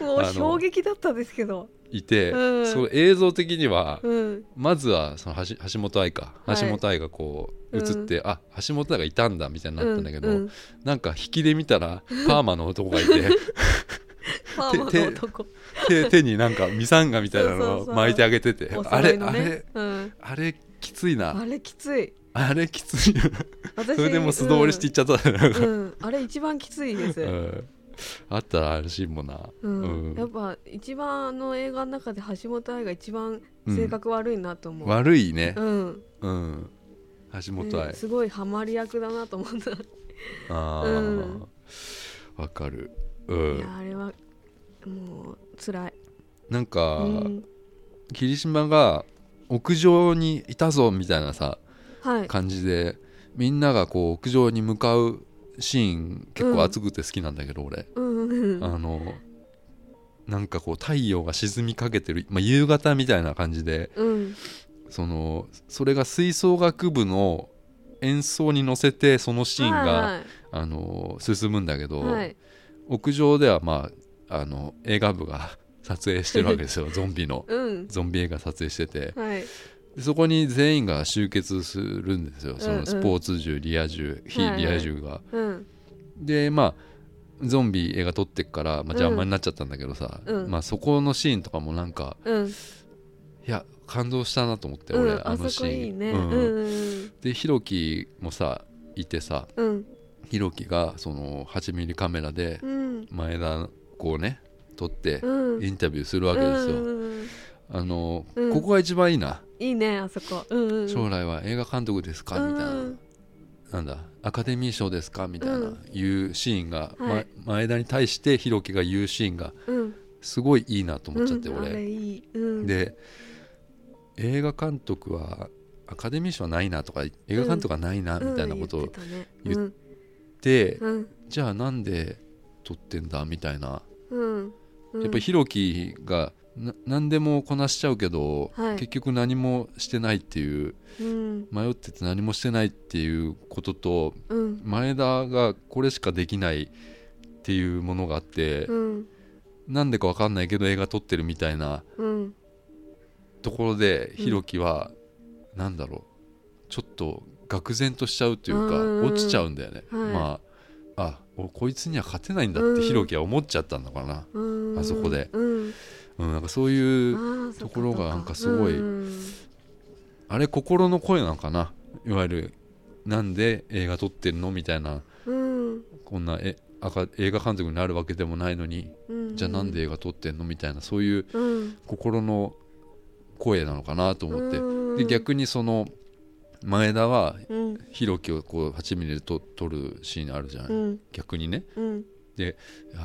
S2: も
S1: あ
S2: う
S1: の
S2: 衝撃だったんですけど
S1: いて、
S2: うん
S1: その映像的には、
S2: うん
S1: まずはその橋橋本愛か、
S2: はい
S1: 橋本愛がこう映って、あ橋本愛がいたんだみたいになったんだけど、
S2: ううん
S1: なんか引きで見たらパーマの男がい て
S2: パーマ
S1: 手
S2: の男
S1: 手手になんかミサンガみたいな
S2: そう
S1: の
S2: そ
S1: を
S2: うそう
S1: 巻いてあげてて
S2: お
S1: あ
S2: 揃
S1: れ
S2: いの
S1: あ
S2: ね
S1: れ
S2: うん、
S1: あれきついな
S2: あれきつい
S1: あれきついよな
S2: 私
S1: それでもう素通りしていっちゃったねなんか
S2: うん、うんあれ一番きついです、
S1: う
S2: うん
S1: んあったらあるしもんなうん
S2: やっぱ一番あの映画の中で橋本愛が一番性格悪いなと思う、
S1: 悪いね
S2: うん
S1: うん橋
S2: ね
S1: 本愛
S2: すごいハマり役だなと思った、
S1: あ
S2: うん
S1: あわかるう
S2: いや
S1: ん
S2: あれはもう辛い
S1: なん
S2: う
S1: か
S2: ん
S1: 霧島が屋上にいたぞみたいなさ
S2: はい
S1: 感じでみんながこう屋上に向かうシーン結構熱くて好きなんだけど、俺
S2: うんうんうん
S1: あのなんかこう太陽が沈みかけてる、まあ、夕方みたいな感じで
S2: うん
S1: そのそれが吹奏楽部の演奏に乗せてそのシーンが、
S2: はい
S1: あの進むんだけど、
S2: はいはい
S1: 屋上では、まあ、あの映画部が 撮影してるわけ ですよゾンビの
S2: うん
S1: ゾンビ映画撮影してて
S2: はい
S1: でそこに全員が集結するんですよそ
S2: うんう
S1: の
S2: ん
S1: スポーツ銃リア銃非
S2: はいはい
S1: リア銃が。
S2: うん
S1: でまあゾンビ映画撮ってっから、まあ、邪魔
S2: うん
S1: になっちゃったんだけどさ、
S2: うん
S1: まあ、そこのシーンとかもなんか
S2: うん
S1: いや感動したなと思って、
S2: う
S1: 俺
S2: ん
S1: あ
S2: あ
S1: の
S2: そ
S1: シ
S2: こ
S1: ーン。
S2: いいねう
S1: うん
S2: んうん
S1: でヒロキもさいてさ
S2: うん
S1: ヒロキがその8ミリカメラで
S2: うん
S1: 前田こうね撮って
S2: うん
S1: インタビューするわけですよ。
S2: うん
S1: あの、
S2: うん
S1: ここが一番いいな、
S2: いいねあそこうんうん
S1: 将来は映画監督ですかみたいな、
S2: うん
S1: なんだアカデミー賞ですかみたいな、
S2: うん
S1: いうシーンが、ま
S2: はい
S1: 前田に対してヒロキが言うシーンが
S2: うん
S1: すごいいいなと思っちゃって、
S2: うん、あ
S1: 俺
S2: れいい、うん、
S1: で映画監督はアカデミー賞はないなとか映画監督はないな
S2: うん
S1: みたいなことを
S2: 言
S1: 言って言っ
S2: ったねうん
S1: て、
S2: うん
S1: じゃあなんで撮ってんだみたいな、
S2: うんうん
S1: やっぱりヒロキがな何でもこなしちゃうけど、
S2: はい
S1: 結局何もしてないっていう
S2: うん
S1: 迷ってて何もしてないっていうことと
S2: うん
S1: 前田がこれしかできないっていうものがあって、
S2: うん
S1: なんでか分かんないけど映画撮ってるみたいな
S2: うん
S1: ところで
S2: うん
S1: ひろきは、なんだろうちょっと愕然としちゃうというか、
S2: うんうんうん
S1: 落ちちゃうんだよね、
S2: はい
S1: まああ俺こいつには勝てないんだって
S2: うん
S1: ひろきは思っちゃったのかな、
S2: うん
S1: あそこで
S2: うん
S1: うん、なんかそういう
S2: ああそっか
S1: ところがなんかすごい
S2: うん
S1: あれ心の声なのかないわゆるなんで映画撮ってるのみたいな
S2: うん
S1: こんなえ赤映画監督になるわけでもないのに
S2: うん
S1: じゃあなんで映画撮ってんのみたいなそういう
S2: うん
S1: 心の声なのかなと思って、
S2: うん
S1: で逆にその前田は
S2: うん
S1: ヒロキをこう8ミリでと撮るシーンあるじゃない、
S2: うん
S1: 逆にね
S2: うん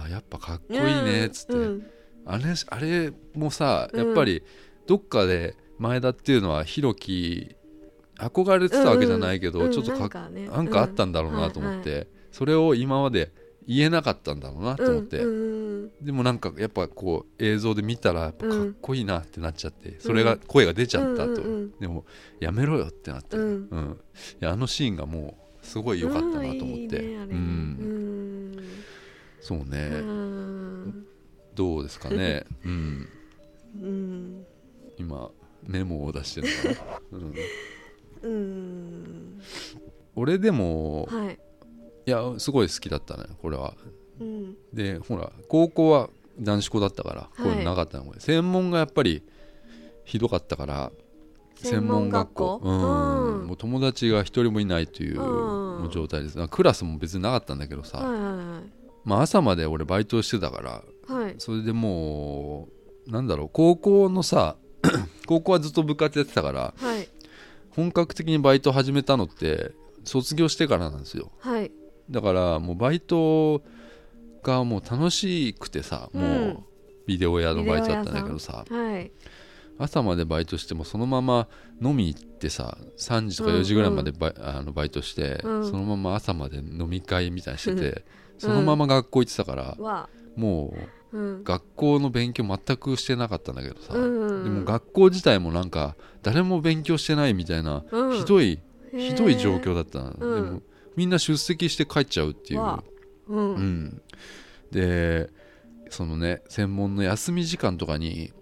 S1: あやっぱかっこいいねっつって、
S2: うん
S1: あれあれもさ
S2: うん
S1: やっぱりどっかで前田っていうのはヒロキ憧れてたわけじゃないけど、
S2: うん
S1: ちょっとか
S2: なん
S1: っ
S2: か,、ね、
S1: なんかあったんだろうなと思って、それを今まで言えなかったんだろうなと思って、
S2: うんうん
S1: でもなんかやっぱこう映像で見たらやっぱかっこいいなってなっちゃって、それ
S2: う
S1: が
S2: ん
S1: 声が出ちゃった
S2: うん
S1: と、
S2: うんうん
S1: でもやめろよってなって、
S2: うん
S1: いやあのシーンがもうすごい良かったなと思って、
S2: うんいいねあれ
S1: う
S2: うんん
S1: そう
S2: う
S1: ね、
S2: ん
S1: どうですかね、うん、
S2: うん
S1: 今メモを出してるのかな、うん、
S2: うーん
S1: 俺でも、
S2: はい
S1: いやすごい好きだったねこれは
S2: うん
S1: でほら高校は男子校だったからこういうのなかったの、専門がやっぱりひどかったから
S2: 専門学校
S1: 専門学校うん
S2: うん
S1: もう友達が一人もいないという
S2: うん
S1: もう状態ですクラスも別になかったんだけどさ、
S2: はいはい
S1: まあ、朝まで俺バイトしてたから
S2: はいはい
S1: それでもうなんだろう高校のさ 高校はずっと部活やってたから
S2: はい
S1: 本格的にバイト始めたのって卒業してからなんですよ
S2: はい
S1: だからもうバイトがもう楽しくてさ、
S2: うん
S1: もうビデオ屋のバイトだったんだけどさ
S2: はい
S1: 朝までバイトしてもそのまま飲み行ってさ3時とか
S2: うん
S1: 4時ぐらいまでバイ,、あのバイトして、
S2: うん
S1: そのまま朝まで飲み会みたいにして
S2: う
S1: てそのまま学校行ってたから、
S2: は
S1: も
S2: うん
S1: う学校の勉強全くしてなかったんだけどさ、
S2: うん
S1: でも学校自体もなんか誰も勉強してないみたいな、
S2: うん
S1: ひどい
S2: へー
S1: ひどい状況だったの、
S2: うん
S1: でもみんな出席して帰っちゃうっていう。
S2: わうん
S1: う
S2: うん
S1: ん、でそのね専門の休み時間とかに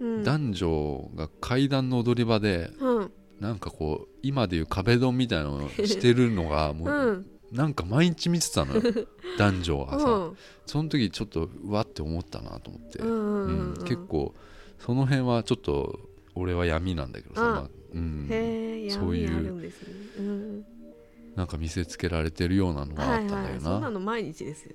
S2: うん
S1: 男女が階段の踊り場で
S2: うん
S1: なんかこう今でいう壁ドンみたいなのをしてるの がも
S2: う
S1: うんなんか毎日見てたの よ男女が
S2: う
S1: さ
S2: ん
S1: その時ちょっとうわって思ったなと思って、
S2: うんうん
S1: うん結構その辺はちょっと俺は闇なんだけどさ
S2: あ
S1: まあうん
S2: へえ
S1: そうい
S2: 闇
S1: う
S2: あるんですねうん
S1: なんか見せつけられてるようなのはあ
S2: は
S1: ったん
S2: い
S1: だよな
S2: はい、そんなの毎日で すよ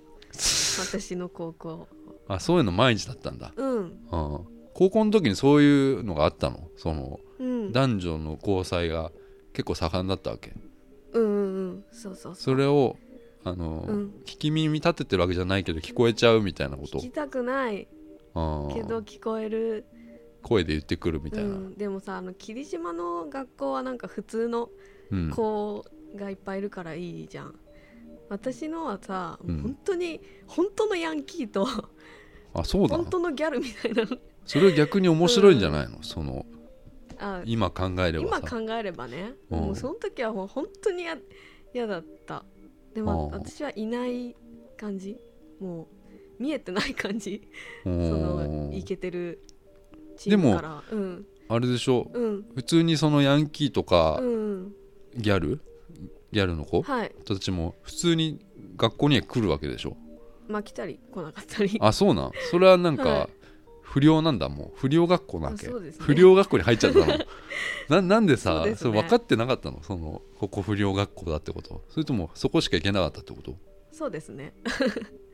S2: 私の高校
S1: あそういうの毎日だったんだ、
S2: うん
S1: うん、高校の時にそういうのがあったのその
S2: うん
S1: 男女の交際が結構盛んだったわけ
S2: うんうんうんそうそうそう
S1: それをあの、
S2: うん
S1: 聞き耳立ててるわけじゃないけど聞こえちゃうみたいなこと
S2: 聞きたくない
S1: あー
S2: けど聞こえる、
S1: 声で言ってくるみた
S2: う
S1: いな、
S2: ん、でもさあの霧島の学校はなんか普通の
S1: うん
S2: 子がいっぱいいるからいいじゃん、私のはさ、
S1: うん
S2: 本当に本当のヤンキーと
S1: あそうだ
S2: 本当のギャルみたいなの
S1: それは逆に面白いんじゃないの、その
S2: あ
S1: 今考えれば
S2: 今
S1: さ
S2: 考えればね、
S1: うん
S2: もうその時はもう本当にや嫌だったでも
S1: あー
S2: 私はいない感じもう見えてない感じ
S1: う
S2: そ
S1: ーん
S2: のイケてるチームからうん
S1: あれでしょ
S2: うん
S1: 普通にそのヤンキーとか
S2: う、ん
S1: ギャルギャルの子
S2: はい
S1: たちも普通に学校には来るわけでしょ
S2: まあ来たり来なかった り
S1: あそうなんそれはなん
S2: は
S1: か不良なんだもう不良学校なわけ、
S2: あそうですね
S1: 不良学校に入っちゃった のななんでさ
S2: そう
S1: そ,、
S2: ですね
S1: れ分かってなかったのそのここ不良学校だってことそれともそこしか行けなかったってこと
S2: そうですね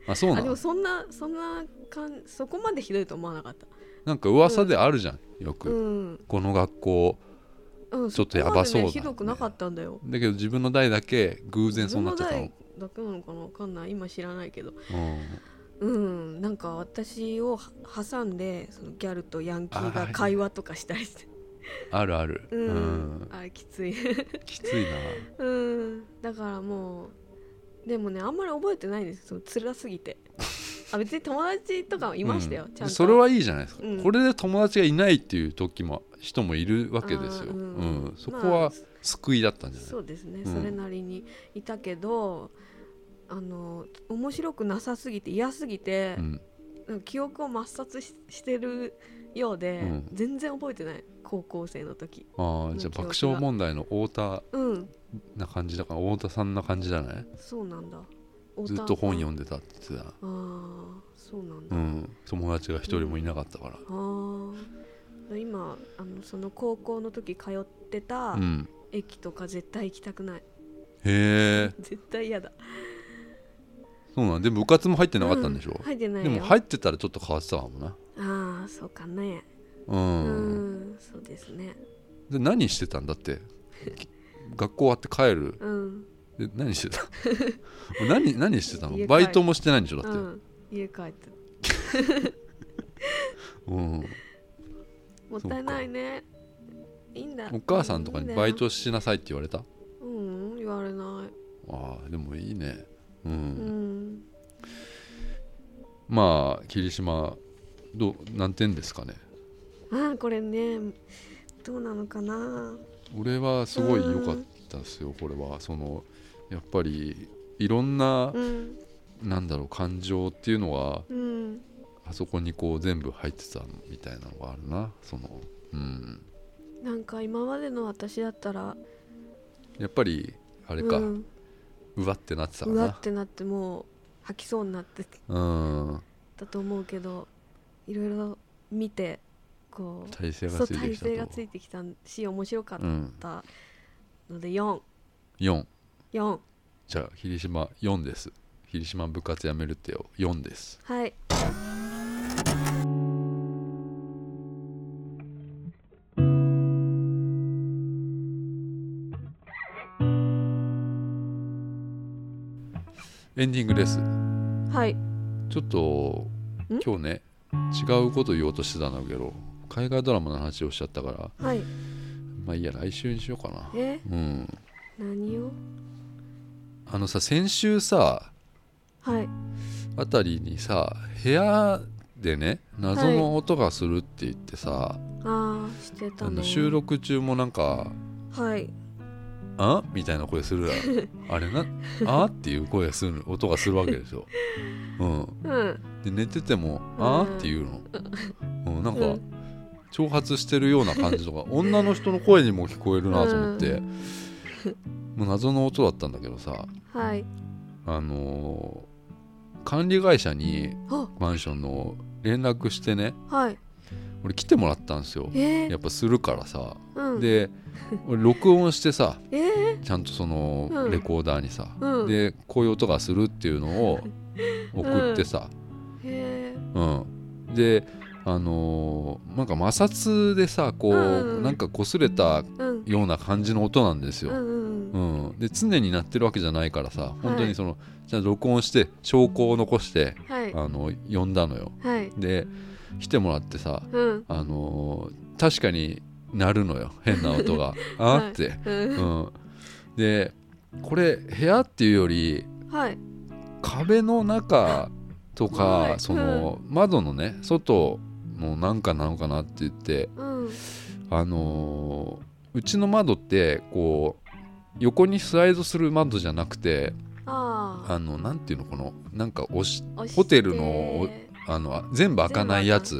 S1: あそう
S2: あ
S1: な
S2: でも
S1: の
S2: そんなそんなかんそこまでひどいと思わなかった
S1: なんか噂であるじゃん、よく、
S2: うん、
S1: この学校
S2: うん、
S1: ちょっとやばそうだね
S2: こまでねひどくなかったんだよ
S1: だけど自分の代だけ偶然そうなっちゃったの
S2: 自分の代だけなのかなわかんない今知らないけど
S1: うん
S2: うんなんか私をは挟んでそのギャルとヤンキー
S1: あーあ
S2: が
S1: れ
S2: 会話とかしたりして
S1: あるある
S2: うん、
S1: うん
S2: あれきつい
S1: きついな
S2: うんだからもうでもねあんまり覚えてないんですよその辛すぎてあ別に友達とかもいましたよ、
S1: うん
S2: ちゃんと
S1: それはいいじゃないですか、
S2: うん
S1: これで友達がいないっていう時も人もいるわけですよ、
S2: あー
S1: う
S2: うんん
S1: そこ
S2: ま
S1: は
S2: あ
S1: 救いだったんじゃない、
S2: そうですね、
S1: うん
S2: それなりにいたけどあの面白くなさすぎて嫌すぎて、
S1: うん、
S2: なんか記憶を抹殺ししてるようで、
S1: うん
S2: 全然覚えてない高校生の時
S1: ああじゃあ
S2: 記憶が
S1: 爆笑問題の太田
S2: うん
S1: な感じだから太田さんな感じじゃない
S2: そうなんだ
S1: ずっと本読
S2: ん
S1: んでたって言ってた
S2: あーそうなん
S1: う
S2: だ、
S1: ん友達が一人もいなかったから
S2: ああ今あのその高校の時通ってた
S1: うん、
S2: 駅とか絶対行きたくない、
S1: へえ
S2: 絶対嫌だ
S1: そうなんで部活も入ってなかったんでしょ
S2: う、 入ってない
S1: で
S2: よ
S1: も入ってたらちょっと変わってたかもな
S2: ああそうかね
S1: う、
S2: うんんそうですね
S1: で何してたんだってき学校終わって帰る
S2: うん
S1: で何して た何何してた
S2: 家
S1: の
S2: 帰
S1: バイトもしてないんでしょだ
S2: う
S1: って、
S2: ん、家帰って
S1: うん
S2: もったいないねいいんだ
S1: お母さんとかにバイ
S2: いいんだ
S1: ト
S2: よ
S1: しなさいって言われた
S2: うん言われな
S1: ああでもいいね
S2: い、
S1: う
S2: うんん、
S1: まあ霧島どう何点ですかね
S2: ああこれねどうなのかな
S1: 俺はすごい良かったですよこれはそのやっぱりいろんな
S2: う、ん
S1: なんだろう感情っていうのが
S2: うん
S1: あそこにこう全部入ってたみたいなのがあるなそのうん
S2: なんか今までの私だったら
S1: やっぱりあ
S2: あ
S1: れか、う
S2: うん、
S1: わってなってたか
S2: うわ
S1: な
S2: ってなってもう吐きそうになって
S1: うん
S2: たと思うけどいろいろ見てこう
S1: 体勢
S2: そ
S1: が
S2: う
S1: ついて
S2: 体
S1: きたと
S2: 勢がついてきたし面白かっ
S1: うん
S2: たので44
S1: 4
S2: は
S1: じゃあ霧島4です霧島部活やめるってよ4です
S2: い
S1: エンディングです
S2: はい
S1: ちょっと
S2: ん
S1: 今日ね違うこと言おうとしてたんだけど海外ドラマの話をしちゃったから
S2: はい
S1: まあいいや来週にしようかな
S2: え
S1: うん
S2: 何を
S1: あのさ先週さ
S2: はい
S1: あたりにさ部屋でね謎の音がするって言ってさ、
S2: ああしてた
S1: あ
S2: ね
S1: の収録中もなんか
S2: はい
S1: 「あみたいな声するやろあれ な「あっていう声がする音がするわけですよ。うん、
S2: うん
S1: で寝てても「
S2: うん
S1: あっていうの、うん、なん
S2: う
S1: か
S2: ん
S1: 挑発してるような感じとか女の人の声にも聞こえるなと思って、もう謎の音だったんだけどさ
S2: はい
S1: あのー管理会社に
S2: あ
S1: マンションの連絡してね
S2: はい
S1: 俺来てもらったんですよ
S2: えー、
S1: やっぱするからさ、
S2: うん
S1: で俺録音してさ
S2: えー、
S1: ちゃんとその
S2: うん
S1: レコーダーにさ、
S2: うん
S1: でこういう音がするっていうのを送ってさ、
S2: えー、
S1: うんであのーなんか摩擦でさこう、
S2: うん
S1: なんか擦れた
S2: うん
S1: ような感じの音なんです
S2: うん
S1: よ。
S2: うん
S1: う
S2: うん
S1: んで常に鳴ってるわけじゃないからさ本当にその、じゃあ録音して証拠を残して
S2: はい
S1: あの呼んだのよ。
S2: はい
S1: で来てもらってさ
S2: うん
S1: あのー確かに鳴るのよ変な音 が。あーって。
S2: うん
S1: うん、でこれ部屋っていうより
S2: はい
S1: 壁の中とか、
S2: はい
S1: その窓のね外のなんかなのかなって言って
S2: うん
S1: あのーうちの窓ってこう横にスライドする窓じゃなくて
S2: あ
S1: あのなんていうのこのなんか押し
S2: あ
S1: ホテルのあのあ全部開かないやつ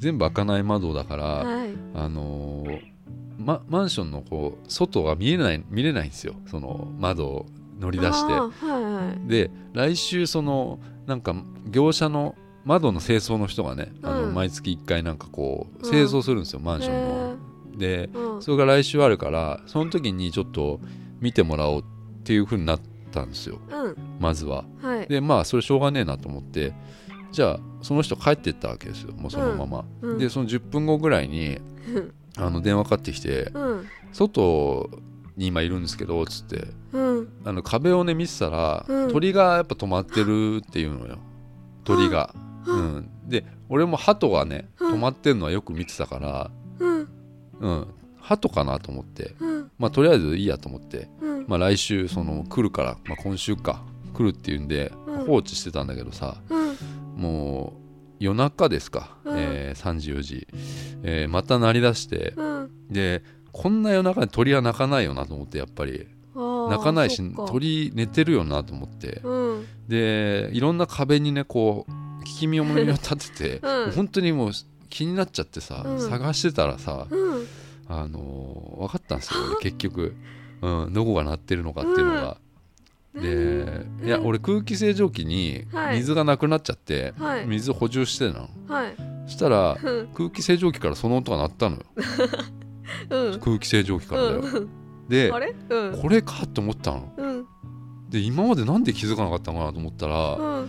S1: 全部,、
S2: うん、
S1: 開かない窓だから、
S2: はい
S1: あのーま、マンションのこう外が見えない見れないんですよその窓を乗り出して
S2: あーはいはい
S1: で来週そのなんか業者の窓の清掃の人がね、あの
S2: うん
S1: 毎月1回なんかこう
S2: うん
S1: 清掃するんですよ、マンションの。で
S2: へーうん
S1: それが来週あるからその時にちょっと見てもらおうっていう風になったんですよ
S2: うん
S1: まずは。
S2: はい
S1: でまあそれしょうがねえなと思ってじゃあその人帰ってったわけですよもうそのまま。
S2: うん
S1: でその10分後ぐらいに
S2: うん
S1: あの電話かかってきて
S2: うん
S1: 「外に今いるんですけど」つって
S2: うん
S1: あの壁をね見てたら、
S2: うん
S1: 鳥がやっぱ止まってるっていうのよ鳥が。うん、で俺も鳩がね
S2: うん
S1: 止まってるのはよく見てたから、
S2: うん
S1: うん、鳩かなと思って
S2: うん
S1: まあとりあえずいいやと思って、
S2: うん
S1: まあ、来週その来るから、まあ、今週か来るっていうんで
S2: うん
S1: 放置してたんだけどさ
S2: うん
S1: もう夜中ですか、
S2: うん
S1: えー3時4時、えーまた鳴り出して
S2: うん
S1: でこんな夜中に鳥は鳴かないよなと思ってやっぱり
S2: あー
S1: 泣かないし
S2: そっか
S1: 鳥寝てるよなと思って
S2: うん
S1: でいろんな壁にねこう聞き耳を立てて
S2: うん
S1: 本当にもう気になっちゃってさ、
S2: うん
S1: 探してたらさ、
S2: うん
S1: あの分かったんですよ俺結局、うん、どこが鳴ってるのかっていうのが。で
S2: うん
S1: いや俺空気清浄機に
S2: はい
S1: 水がなくなっちゃって、
S2: はい
S1: 水補充してたの
S2: はい
S1: そしたら
S2: うん
S1: 空気清浄機からその音が鳴ったのよ
S2: うん
S1: 空気清浄機からだよ、
S2: うん
S1: で
S2: あれうん
S1: これかって思ったの
S2: うん
S1: で今までなんで気づかなかったのかなと思ったら、
S2: うん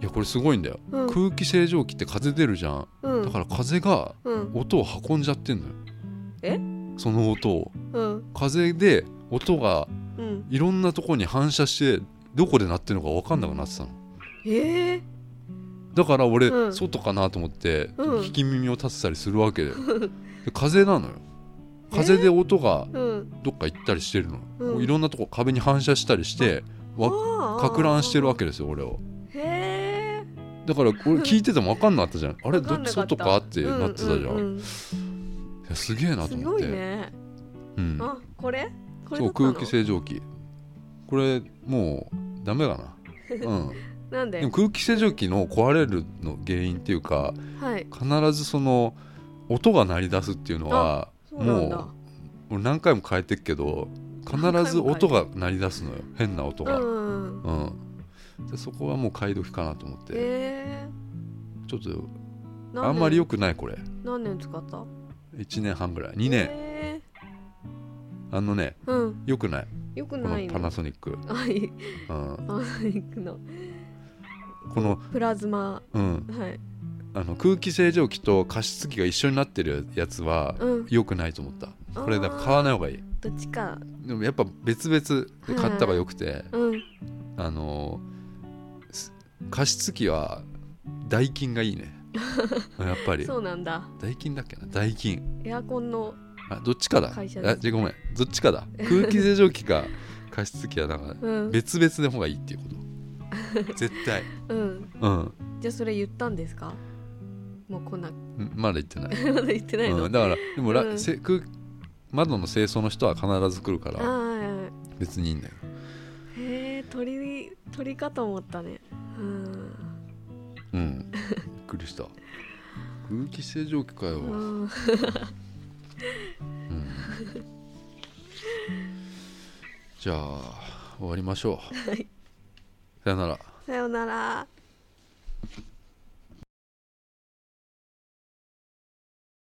S1: いやこれすごいんだよ、
S2: うん
S1: 空気清浄機って風出るじゃん、
S2: うん
S1: だから風が
S2: うん
S1: 音を運んじゃってんのよ
S2: え
S1: その音を
S2: うん
S1: 風で音が
S2: うん
S1: いろんなとこに反射してどこで鳴ってるのか分かんなくなってたの
S2: ええ
S1: だから俺、
S2: うん
S1: 外かなと思って
S2: うん
S1: 聞き耳を立てたりするわ けだよ、で風なのよ風で音が
S2: うん
S1: どっか行ったりしてるの、
S2: うん
S1: こういろんなとこ壁に反射したりしてわか
S2: か
S1: く乱してるわけですよ俺を
S2: へえ
S1: だからこれ聞いてても分かんなかったじゃんあれどっち外かってなってたじゃん、
S2: す
S1: いやすげえなと思
S2: ご
S1: って
S2: いね
S1: うん、
S2: あこれこれ
S1: そう
S2: だったの
S1: 空気清浄機これもうダメか な、うん、
S2: なんで
S1: でも空気清浄機の壊れるの原因っていうか
S2: はい
S1: 必ずその音が鳴り出すっていうのは
S2: そうそうなんだ
S1: も俺何回も変えてっけど必ず音が鳴り出すのよ変な音
S2: う
S1: が、うん
S2: んうん
S1: でそこはもう買い時かなと思って、
S2: え
S1: ちょっと
S2: ー、何年
S1: あんまり良くないこれ
S2: 何年使った
S1: 1年半ぐらい2年、
S2: え
S1: あのね
S2: ーうん
S1: 良くない
S2: よく
S1: こ
S2: ない
S1: の
S2: の
S1: パナソニック、
S2: はい
S1: うん、
S2: パナソニッ クの
S1: この、
S2: プラズマ
S1: うん、
S2: はい
S1: あの空気清浄機と加湿器が一緒になってるやつは
S2: うん
S1: 良くないと思った
S2: あー
S1: これだから買わない方がいい
S2: どっちか
S1: でもやっぱ別々で買った方が良くて
S2: うん
S1: あのーす加湿器はダイキンがいい ねやっぱり
S2: そうなんだ
S1: ダイキンだっけなダイキン
S2: エアコンの
S1: あどっちかだあ
S2: 会
S1: じ
S2: 社
S1: ゃ
S2: です
S1: あごめんどっちかだ空気清浄機か加湿器はなんか
S2: うん
S1: 別々の方がいいっていうこと 絶対
S2: うん
S1: うん
S2: じゃあそれ言ったんですかもう来なく
S1: まだ言ってない
S2: まだ言ってないの、
S1: うん、だからでもら、
S2: うん
S1: せ空窓の清掃の人は必ず来るか
S2: あ
S1: ら
S2: ーはいはい
S1: 別にいいんだよ
S2: へえ鳥鳥かと思ったねうん
S1: うんびっくりした空気清浄機かよ、うん
S2: うん
S1: じゃあ終わりましょう、
S2: はい
S1: さよなら
S2: さようなら